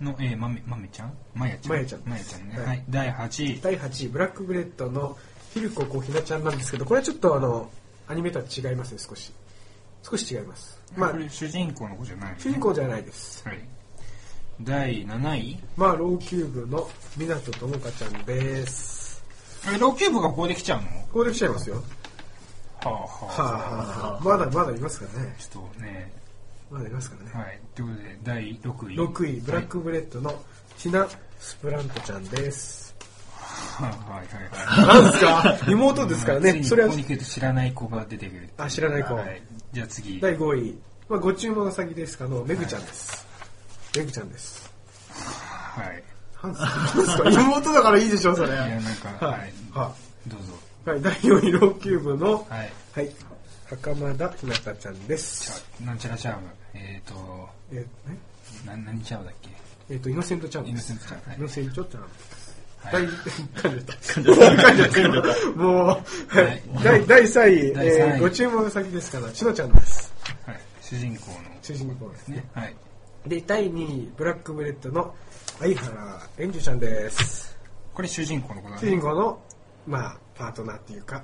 A: の、えー、まめ、まめちゃんまやちゃん
B: まやちゃん
A: まやちゃんね。
B: はい
A: はい。第8位。
B: 第8位、ブラックブレッドのフィルココひなちゃんなんですけど、これはちょっとあの、アニメとは違いますね、少し。少し違います。まあ
A: こ、れ、主人公の子じゃないのね
B: 主人公じゃないです。
A: はい。第7位。
B: まあ、老朽部の湊智香ちゃんです。
A: え、ロキューブがここで来ちゃうの
B: ここで来ちゃいますよ。は
A: はあ
B: あ、はあはあ、まだまだいますからね。
A: ちょっとね、
B: まだいますからね。
A: はい。ということで、第6位。
B: 6位、ブラックブレッドのティナ・スプラントちゃんです。
A: はいはいはいはい。
B: なんですか妹ですから
A: つい
B: ね。
A: に
B: それは
A: ここに来ると知らない子が出てくる。
B: あ知らない子
A: はい。じゃあ次。
B: 第5位、まあ、ご注文の先ですかの、メグちゃんです。メグちゃんです。
A: はい。
B: なんすか 妹だからいいでしょ、それ。
A: いや、なんか、
B: は
A: はいい。。
B: は
A: どうぞ。
B: いはい、第4位、老朽部の、は
A: はい。
B: い、袴田ひなたちゃんで
A: チ
B: す。
A: ャなんちゃらチャーム。えーと、
B: えーね
A: な、何チャームだっけ
B: えっと、イノセントちゃん
A: イ
B: で
A: ノ
B: す
A: セン。トチャーム。はい
B: イノセントちゃん。
A: は
B: 第、
A: い。
B: 噛んじゃった。もう噛んじゃった今、 もう、はいい。 第、第3位、
A: 第
B: え
A: 三位
B: ー、ご注文の先ですから、しのちゃんです。
A: はい。主人公の。
B: 主人公ですね。
A: ね。はい。
B: で、第2位、ブラックブレッドの相原蓮珠ちゃんです。
A: これ主人公の子だ
B: 主人
A: ね。
B: 公の、まあ、パートナーっていうか、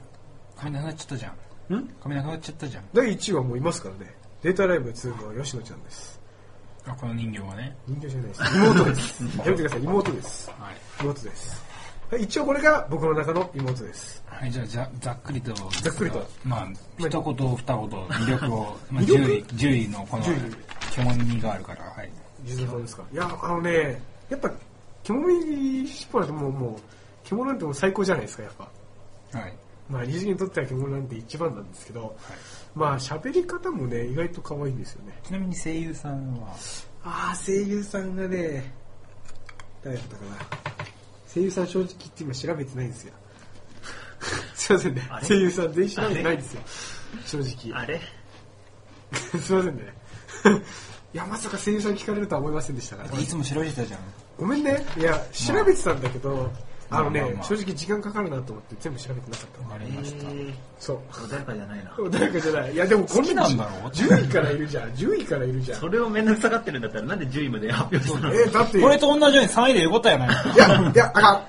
A: 髪なくなっちゃったじゃん。
B: ん
A: 髪なくなっちゃったじゃん。
B: 第1位はもういますからね。データライブ2の吉野ちゃんです。
A: あ、この人形はね。
B: 人形じゃないです。妹です。やめてください、妹です。
A: はい。
B: 妹です。はい一応これが僕の中の妹です。
A: はい、じゃあざざっくりと、ざ
B: っくりと。
A: まあ、一言、二言、魅力 を、まあ、
B: 魅力
A: 10位、10位のこの
B: 10位、
A: 獣味があるから、はい。
B: 実さんですかいや、あのね、やっぱ、獣に尻尾なんてもう、もう、獣なんてもう最高じゃないですか、やっぱ。
A: はい。
B: まあ、リジにとっては獣なんて一番なんですけど、まあ、喋り方もね、意外と可愛いんですよね。
A: ちなみに声優さんは、
B: ああ、声優さんがね、誰だったかな。声優さん正直言って今調べてないんですよ。 すいませんね
D: あ。れ
B: 声優さん全員調べてないんですよ。正直
D: あ。れ
B: すいませんね。いや、まさか声優さん聞かれるとは思いませんでしたから。
A: いつも白い人じゃん。
B: ごめんね。いや、調べてたんだけど、
A: まあ
B: あのね、
A: まあまあまあ
B: 正直時間かかるなと思って全部調べてなか
A: わ
B: っ
A: か
D: え
A: りました。
D: ー、
B: た。そう。
D: 穏やかじゃないな
B: で。も誰かじゃない。いや、でもこん
A: 好きなんだろう
B: 10位からいるじゃん。10位からいるじゃん。
D: それを面倒くさがってるんだったらなんで10位まで発表したの
B: えー、だって、
A: これと同じように3位でよかったやない
B: いや、いや、あかん。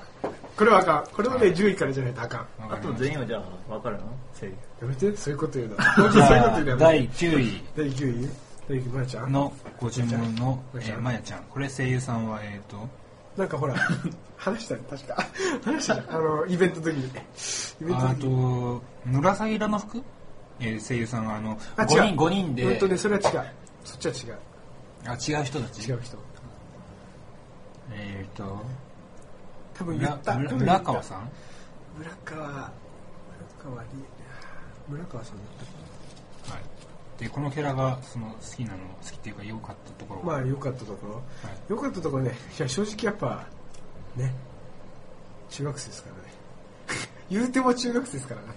B: これはあかん。これはね、10位からじゃないとあかん。
D: あと全員はじゃあ分かるの声優
B: やめて、そういうこと言うの。
A: 位
B: 本当にそういうこと言うのやめて
A: 第9位
B: 第9位第9位、まやちゃん
A: のご注文の、え
B: まやちゃん
A: ー、まやちゃん。これ声優さんは、えっ、と、
B: なんかほら、話したよ、確か。話したよあの、イベントの時に。イベントの
A: あ
B: 時に。
A: と、紫色の服えー声優さんは、あの、
B: あ、違
A: 5
B: う。
A: 人、五人
B: うん
A: で
B: と、ね、それは違う。そっちは
A: あ、違う人たち
B: 違う。違う人。
A: えっ、と、
B: 多分言
A: 村
B: った。
A: 村
B: 多分言
A: 村
B: った
A: 川さん
B: 村川、村川り、村川さんだったか
A: はい、でこのキャラがその好きなの好きっていうか良かったところ
B: な。まあ、良かったところ。
A: はい
B: 良かったところね、いや、正直やっぱ、ね、中学生ですからね。 言うても中学生ですからね。
A: はい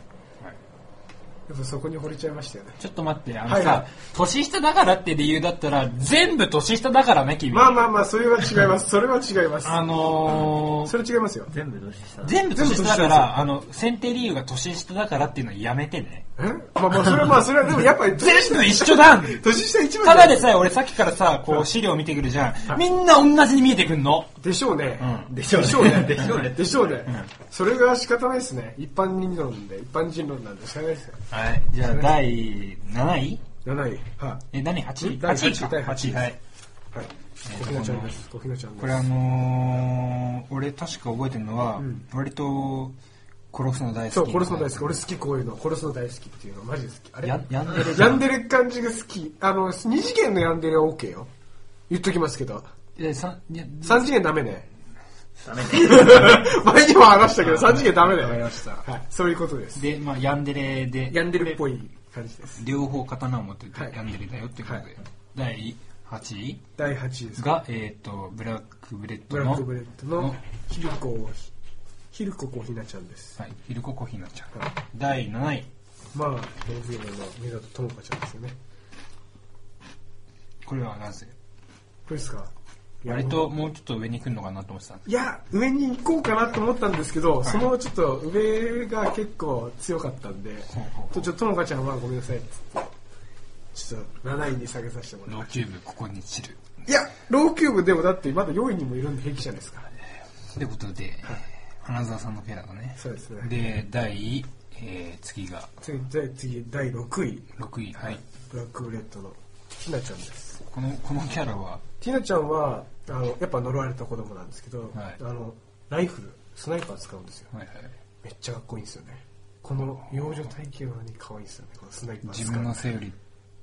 B: やっぱそこに惚れちゃいましたよね。
A: ちょっと待ってあのさ、
B: はいはい
A: 年下だからって理由だったら全部年下だからね君、
B: まあまあまあ、それは違います。それは違います。
A: あのー
B: それ違いますよ。
D: 全部どうした
A: 全部年下だか
B: 全部年下ですよ
A: らあの選定理由が年下だからっていうのはやめてね
B: えまあまあ、それはまあ、それはでもやっぱり年
A: 全
B: 下、
A: 部一緒だん
B: 年下一番
A: ただでさえ俺さっきからさこう資料見てくるじゃん、みんな同じに見えてくんの
B: でしょうね。
A: うん
B: でしょうね。
D: でしょうね
B: でしょうね。それが仕方ないですね。一般人論で、一般人論なんで仕方ないですよ。
A: はいじゃあ第7位
B: 7位。は
A: え何 8, 位
B: 第八位
A: 8位
B: 第
A: か
B: 八
A: 8
B: 位
A: 位はい
B: い。はい。小日向ちゃんです。小日向ちゃんです。
A: これあのー、俺確か覚えてるのは、割と殺すの大好き
B: そう、殺すの大好き。俺好き、こういうの。殺すの大好きっていうの、マジで好き。あれ
A: ややんでる
B: 病んでる感じが好き。あの、二次元の病んでるは OK よ。言っときますけど。
A: いや、さんいや
B: 3次元ダメね。
D: ダメね。
B: 前にも話したけど、3次元ダメだよ。
A: わかりました
B: はい、そういうことです。
A: で、まあ、ヤンデレで。
B: ヤンデルっぽい感じです。
A: 両方刀を持ってて
B: はい
A: ヤンデレだよってことで。第8位
B: 第8位です。
A: が、えっ、と、ブラックブレッド
B: ブ
A: の。
B: ラックブレッドの
A: の
B: ヒルコ、ヒルココヒナちゃんです。
A: はい、ヒルココヒナちゃん。
B: はい
A: 第7位。
B: まあ、同次元の目だとともかちゃんですよね。
A: これはなぜ
B: これですか
A: 割ともうちょっと上に来るのかなと思ってたんです
B: いや、上に行こうかなと思ったんですけど、そのちょっと上が結構強かったんで、
A: ほうほうほう
B: とちょっとともかちゃんはごめんなさいっつって、ちょっと7位に下げさせてもらい
A: ロ
B: ま
A: ーキューブここに散る。
B: す。いや、ローキューブでもだってまだ4位にもいるんで平気じゃないですか。
A: ということで、花澤さんのペアだね。
B: そうですね。
A: で、第、えー、次が
B: 次、第次、第6位、
A: 6位。はい。
B: ブラックブレッドのひなちゃんです。
A: この、このキャラは、
B: ティナちゃんはあのやっぱ呪われた子供なんですけど、
A: はい
B: あのライフルスナイパー使うんですよ
A: はいはい、
B: めっちゃかっこいいんですよねこの幼女体型はね可愛いんですよねこのスナイパー使う
A: 自分の背より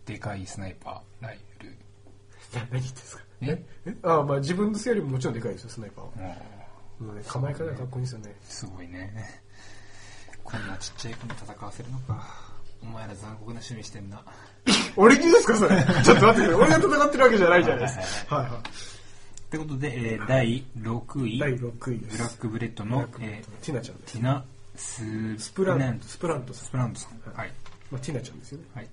A: でかいスナイパー、ライフル。
B: 何言ってんですか
A: え
B: えあまあ自分の背よりももちろんでかいですよスナイパーは、
A: もう、
B: もうね、構え方がかっこいいんですよね
A: すごいね。 こんなちっちゃい子に戦わせるのか。お前ら残酷な趣味してんな。
B: 俺にですかそれ ちょっと待ってくれ俺が戦ってるわけじゃないじゃないですかはいはい
A: ってことで、えー第6位。
B: 第6位で
A: ブラ
B: す
A: ックブレッドの、えー
B: ティナちゃんです
A: ティナ・ス
B: スプラント
A: ス
B: スプラントさん、
A: プラントさん。はい。
B: まあ、ティナちゃんですよね
A: はい。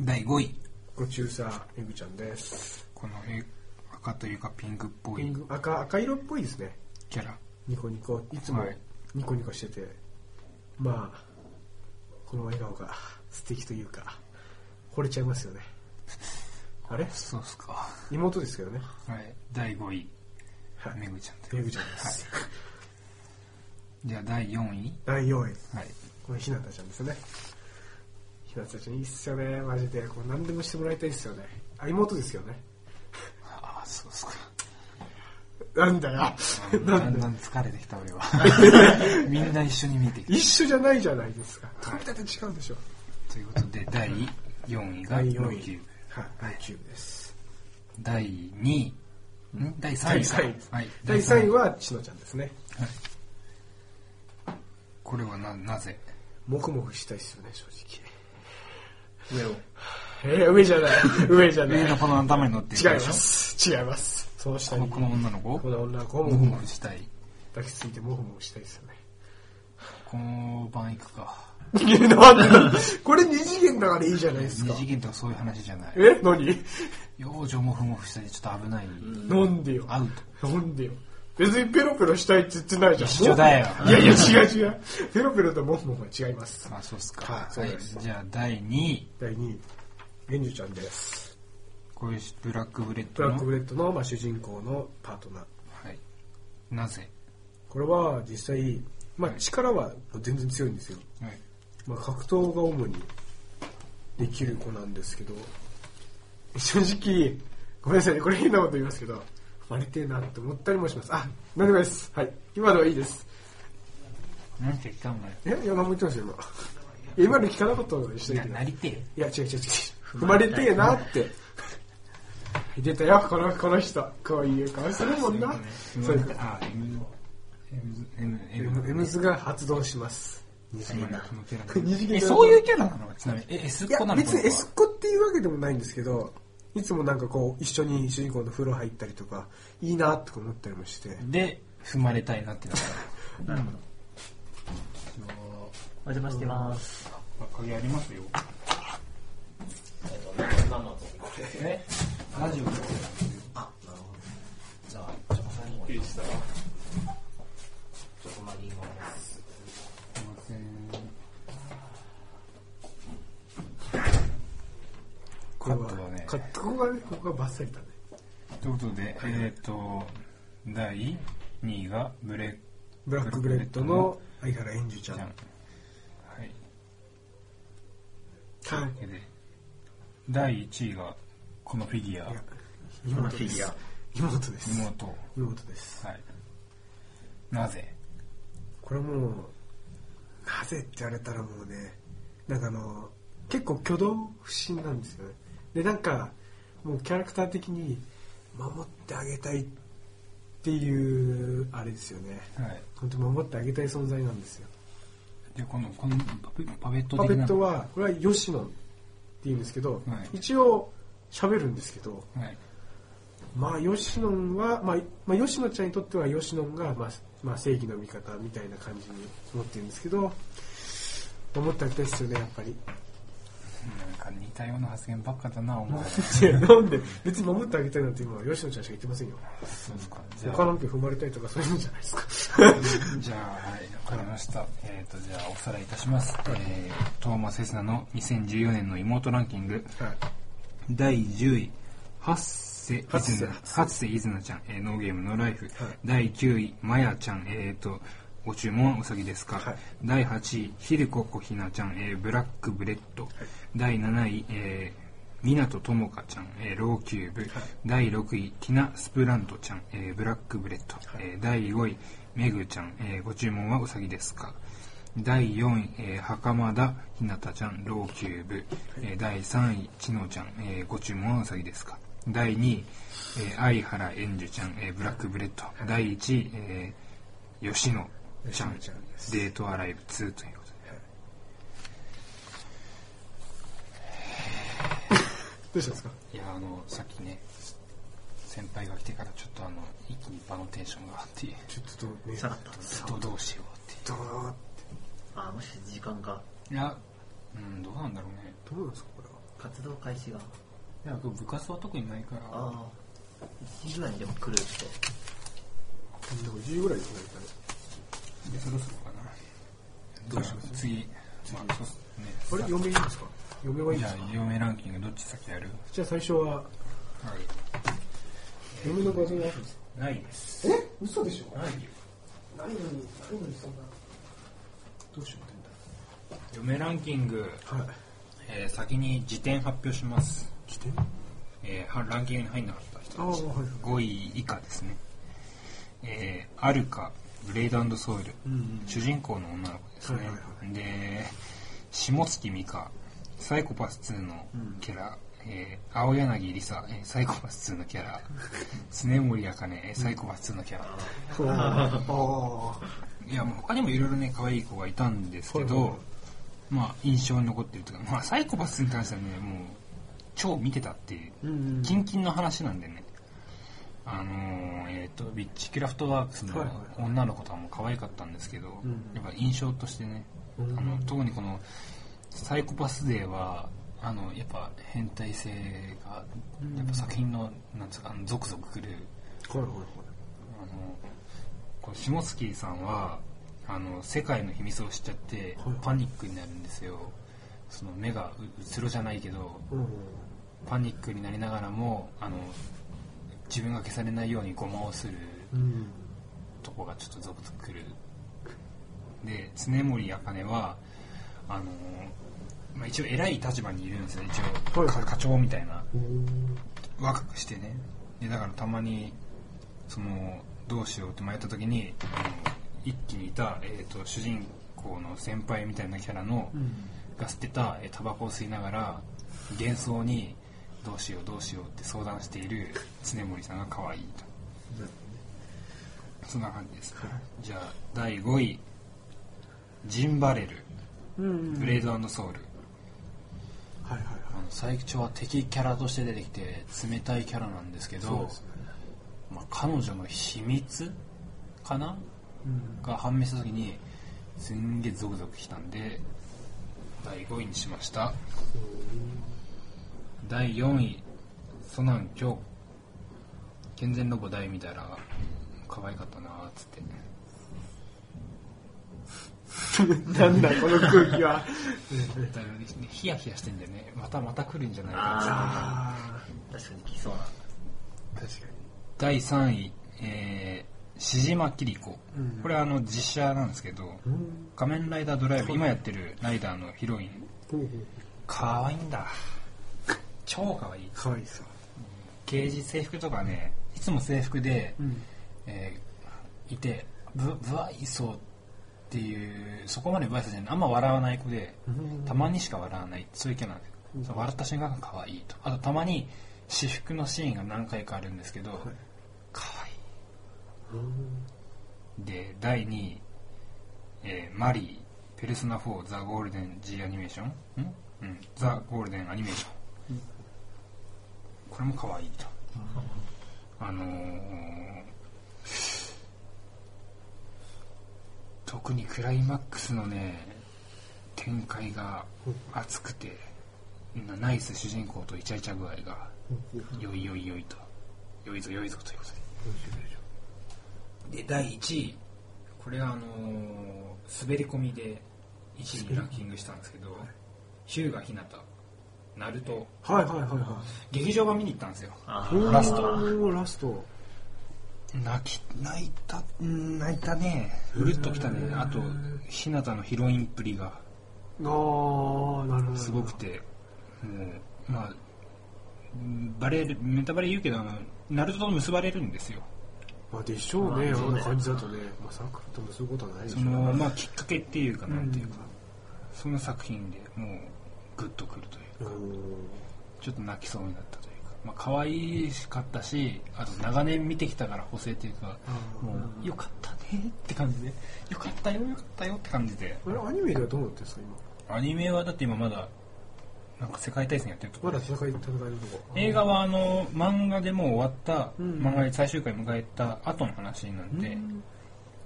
A: 第5位。
B: ご中佐エグちゃんです
A: この、えー赤というかピンクっぽ
B: ピン
A: い
B: ク赤赤色っぽいですね
A: キャラ。
B: ニコニコいつも
A: はい
B: ニコニコしてて、まあこの笑顔が素敵というか惚れちゃいますよねあ れ
A: そうっすか。
B: 妹ですけどね
A: はい。第5位。
B: はい
A: めぐちゃんで
B: めぐちゃんです、
A: じゃあ第4位。
B: 第4位
A: はい。
B: このひなたちゃんですねひなたちゃんいいっすよねマジでこう何でもしてもらいたいっすよねあ妹ですよね
A: ああ、そうっすか。
B: なんだよ
A: だ
B: なん
A: ん
B: だ
A: だ
B: よ
A: ん疲れてきた俺は。みんな一緒に見てき
B: 一緒じゃないじゃないですか取り立て違うでしょ
A: た。ということで、第4位が
B: 第
A: ロ
B: 4
A: ーキュー
B: 位
A: ブ。
B: はい第9位です
A: 第2位。ん第3
B: 第
A: 位か。
B: 3位
A: はい。
B: 第3位。はちのちゃんですね
A: これはな、なぜ
B: もくもくしたいっすよね正直
A: 上を。
B: えー、上じゃない。上じゃない。
A: 上
B: 違い
A: のこの頭に乗ってる
B: ま
A: でしょ
B: す。違います。その下
A: この
B: に。
A: この女の子
B: この女の子を
A: モ
B: も
A: フ
B: ふ
A: モ
B: も
A: フしたい。
B: 抱きついてもふもふしたいですよね。
A: この晩行くか。
B: なんでこれ二次元だからいいじゃないです
A: 二
B: か。
A: 次元とかそういう話じゃない。
B: え何
A: 幼女モフモフしたりちょっと危ない。
B: なんでよ。
A: アウト。
B: なんでよ。別にペロペロしたいって言ってないじゃん。
A: 一緒だよ
B: いやいや、違う違う。ペロペロともふもふは違います。
A: あ、そうっすか。
B: はいそうです
A: じゃあ第2位。
B: 第2位。ゲンジュちゃんです。
A: こういうブラックブレッ
B: ブ
A: ド
B: ラ
A: の。
B: ックブレッドの、まあ、主人公のパートナー。
A: はい。なぜ
B: これは実際、まあ、力は全然強いんですよ。
A: はい。
B: まあ、格闘が主にできる子なんですけど、正直、ごめんなさいね、これ変なこと言いますけど、割れてえなって思ったりもします。あ、何でもないです。はい。今のはいいです。
A: なんて言ったんだよ。
B: え、いや、何も言ってましたよ、今。いや、今の聞かなかったことにし
A: い
B: て
A: や、
B: るけど
A: な。りてえ。
B: いや、違う違う違う。踏まれてえなって。出たよ、この、この人。こういう顔するもんな。そ
A: そうう
B: い
A: いううこ
B: こ
A: ととあ、M、M、M、
B: エ
A: M、
B: ムズが発動します。二次元だ
A: このキャラだ
B: 二次元
A: え、
B: だ
A: そういうキャラなのちなみに。え、S っ
B: いや
A: 子なの
B: 別にエス
A: こ
B: コっていうわけでもないんですけどいつもなんかこう一緒に主人公の風呂入ったりとかいいなとか思ったりもして
A: の子はで、踏まれたいなってなっ
D: なるほど。お邪魔してます。
A: た。鍵ありますよ。えラジオで。
E: じゃあ、お邪魔さんの方に。ちょっとマリーます。
A: すいません。
B: これ
A: カットだね
B: カットここがねここがバッサリだね
A: ということで、えっと、第2位がブレ
B: ブラックブレッドの相原エンジュちゃん
A: ちゃん。
B: は
A: はい。
B: い
A: で第1位がこのフィギュア
B: いや妹
D: フ
B: で
D: ィギュ
B: す
D: ア
B: 妹です
A: 妹は
B: 妹です
A: いなぜ
B: これもうなぜって言われたらもうねなんかあの結構挙動不審なんですよねでなんかもうキャラクター的に守ってあげたいっていうあれですよね
A: はい
B: 本当守ってあげたい存在なんですよ
A: でこのこのパペパペット
B: パペ
A: 的な
B: ットはこれはヨシノンって言うんですけど、
A: はい
B: 一応喋るんですけど
A: はい
B: まあヨシノンは、まあまあ、ヨシノちゃんにとってはヨシノンが、まあまあ、正義の味方みたいな感じに思ってるんですけど守ってあげたいですよねやっ ぱり
A: なんか似たような発言ばっかだなお前
B: いやなんで別に守ってあげたいなんて今は吉野ちゃんしか言ってませんよ
A: そうですかじゃ
B: 他
A: あ
B: の家踏まれたいとかそういうのじゃないですか
A: じゃあはいわかりましたえっ、とじゃあおさらいいたします、えー、トーマス・エスナの2014年の妹ランキング
B: はい
A: 第10位、ハッセイズナ、
B: ハッセ
A: ハッセイズナちゃん、えーノーゲームノーライフ。
B: はい
A: 第9位、マヤちゃん、えっ、と、ご注文はうさぎですか。
B: はい
A: 第8位、ヒルココヒナちゃん、えーブラックブレッド。第7位、えー、港ともかちゃん、えーローキューブ。第6位、ティナ・スプラントちゃん、えーブラックブレッド。えー第5位、メグちゃん、えーご注文はうさぎですか。第4位、えー、袴田ひなたちゃん、ローキューブ。えー第3位、ちのちゃん、えーご注文はうさぎですか。第2位、えー、相原円樹ちゃん、えーブラックブレッド。第1位、えー、吉野ちゃん、
B: 吉野ちゃんです
A: デートアライブ2ということで。
B: どうしたんですか
A: いや、あの、さっきね、先輩が来てからちょっとあの、一気に場のテンションがあって、
B: ちょっとね
D: 下がった。
A: ずっとどうしようって
B: どう
D: あ、もしかして時間が、
A: いう。いや、うん、どうなんだろうね。
B: どうなんですかこれは
D: 活動開始が、
A: いや、部活は特にないから、
D: ああ、1時ぐらいにでも来るって。
B: でも10ぐらいですね大体
A: でそろそろかな。どうします次、まあ、そうっすね。
B: あれ嫁いいんですか嫁はいいん
A: じ
B: で
A: ゃ
B: すか
A: あ、嫁ランキングどっち先やる
B: じゃあ最初は
A: はい。
B: 嫁の画像があるんですか
A: ないです。
B: え嘘でしょ
A: ないよ。
B: ないのにないのにそんなどうしよう
A: 嫁ランキング、
B: ってんだはい
A: えー先に辞典発表します。
B: 来て
A: えーはランキングに入んなかった人
B: ああ
A: たち。
B: はい
A: 5位以下ですね。えー、アルカ、ブレイドソウル、
B: うんうん
A: 主人公の女の子ですね。
B: はいはいは
A: で、下月美香、サイコパス2のキャラ、えー青柳りさ、えーサイコパス2のキャ ラ、常森茜、えーサイコパス2のキャラ。
B: そうああ
A: いや、もう他にもいろいろね、可愛い子がいたんですけ
B: はいはいは
A: ど、まあ、印象に残ってるというか、まあ、サイコパスに関してはね、もう、超見てたっていうう、
B: ん
A: キンキンの話なんでね、あのーえっ、と、ビッチクラフトワークスの
B: はいはい
A: 女の子とかも可愛かったんですけど、
B: うん
A: やっぱ印象としてね、あ
B: うん
A: の、特にこの、サイコパスデーは、あの、やっぱ変態性が、やっぱ作品の、なんつうか、あのゾクゾクくる、
B: はいはいはい
A: あのこれ下月さんはあの世界の秘密を知っちゃって
B: はい
A: パニックになるんですよその目がううつろじゃないけど
B: うんうん
A: パニックになりながらもあの自分が消されないようにゴマをする
B: うん
A: とこがちょっとゾクゾクくるで常森茜はあの、まあ、一応偉い立場にいるんですよ一応、
B: はいはい
A: か課長みたいな
B: うん
A: 若くしてねでだからたまにそのどうしようって迷った時にあの一気にいた、えー、と主人公の先輩みたいなキャラの、が吸ってたえータバコを吸いながら幻想にどうしようどうしようって相談している常森さんが可愛いとそんな感じです、じゃあ第5位ジンバレル、ブレードソウル
B: はいはいはい
A: あの最長は敵キャラとして出てきて冷たいキャラなんですけど
B: そうですね
A: まあ、彼女の秘密かな、が判明した時にすんげえゾクゾクしたんで第5位にしました第4位ソナン京健全ロボ大見たら可愛かったなーっつって
B: なんだこの空気は
A: だいぶねヒヤヒヤしてんだよねまたまた来るんじゃないかっつって
D: あ
B: あ
D: あ、確かに来そうな。
B: あ確か
A: 第3位、えー、しじまきりこ、
B: うん
A: これはあの実写なんですけど、
B: にうん
A: 仮面ライダードライブ今やってるライダーのヒロイン
B: ほうほう
A: 可愛いんだ超可愛い
B: かわいいさ
A: 刑事制服とかねいつも制服で、
B: ん
A: えーいてぶ不愛想っていうそこまで不愛想じゃないあんま笑わない子で、
B: うん
A: たまにしか笑わないそういうキャラなんですよ、そう笑った瞬間が可愛いとあとたまに私服のシーンが何回かあるんですけど、かわいいで第2位、えーマリー、ペルソナ4、ザ・ゴールデン G アニメーション、んうん、ザ・ゴールデンアニメーション。これも可愛いと。あのー特にクライマックスのね、展開が熱くて、なナイス主人公とイチャイチャ具合が、よいよいよいと、よいぞよいぞということで。で第1位これはあのー滑り込みで1位にランキングしたんですけど日向ひなたナルト
B: はいはいはいは
A: 劇場版見に行ったんですよ
D: あ
B: い。
A: ラスト
B: ト。ラスト。
A: 泣き泣いたうん泣いたねうるっときたねあとひなたのヒロインっぷりが
B: ああ、なるほど。
A: すごくてもうまあうんバレるネタバレ言うけどあのナルトと結ばれるんですよ
B: まあでしょうね、
D: まあ
B: あんな感じだとね。まあサクッともそういうことはないでし
A: そ
B: ょう
A: の
B: ね。
A: まあきっかけっていうかなんていうか、その作品でもうグッとくるという
B: うん
A: ちょっと泣きそうになったというか、まあ可愛かったし、あと長年見てきたから補正というか、もう、よかったねって感じで、よかったよ、よかったよって感じで、
B: あれ、アニメではどうなってるんですか、今。
A: アニメはだって今まだ、なんか世界大戦やってるとこ
B: まだ戦い、戦いのとこ。
A: 映画はあの、漫画でもう終わった、漫画で最終回迎えた後の話なんで、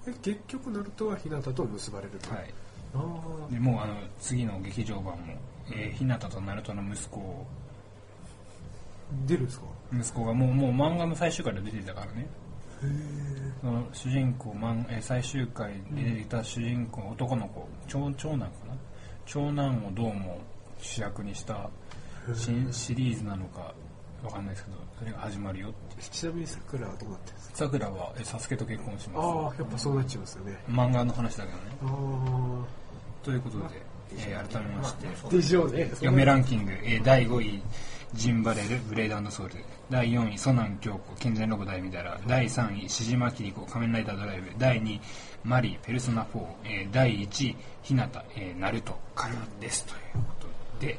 B: え結局、ナルトは日向と結ばれると。
A: はい。
B: あー
A: でもうあの、次の劇場版も、えー、ひなたとナルトの息子を、
B: 出るんですか
A: 息子がもうもう漫画の最終回で出てたからねその主人公マン、えー最終回で出てきた主人公、男の子長長男かな長男をどうも主役にした新シリーズなのかわかんないですけどそれが始まるよって
B: ちなみに桜はどうなってるんですか
A: さくらは、えーサスケと結婚し
B: ああ
A: ま
B: ー、やっぱそうなっちゃいますよね。
A: す漫画の話だけどね
B: ああ。
A: ということで、えー改めまして
B: でしょうね。
A: 嫁ランキング、えー第5位、ジンバレル、ブレードソウル。第4位、ソナン京子、健全ロボ大みたら。第3位、シジマキリコ、仮面ライダードライブ。第2位、マリー、ペルソナ4。えー第1位、ひなた、えーナルト、かなです。ということで、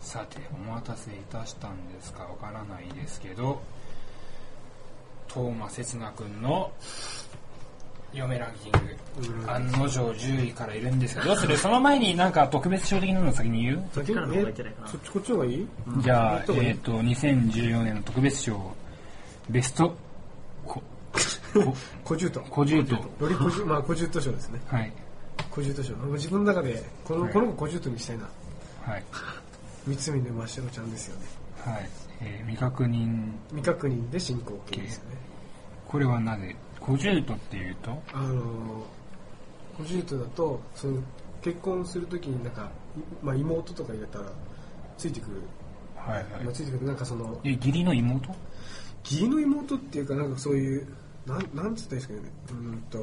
A: さて、お待たせいたしたんですかわからないですけど、トーマ刹那君の嫁ランキング。案の定10位からいるんですが、どうするその前になんか特別賞的なの先に言う
B: そっ
D: ちからの方がいいんじゃないかな
B: そっちこっちの方がいい
A: じゃあ、
B: どういう
A: えっ、と、2014年の特別賞、ベスト、こ、 こ、
B: 小獣と。
A: 小獣と、
B: より小獣、まあ小獣と賞ですね。
A: はい、
B: 小獣と賞。もう自分の中で、この、
A: はい
B: この子小獣とにしたいな。
A: はい、
B: 三つ目の真っ白ちゃんですよね。
A: はい、えー未確認、
B: 未確認で進行形ですよね。
A: これはなぜ、小獣とっていうと、
B: あのー、小獣とだと、その、結婚するときになんか、いまあ妹とか入れたら、ついてくる。
A: はい
B: まあ、
A: は
B: ついてくる。なんかその、
A: い。え、義理の妹
B: 義理の妹っていうかなんかそういうなんなんつったらいいですかねうーんと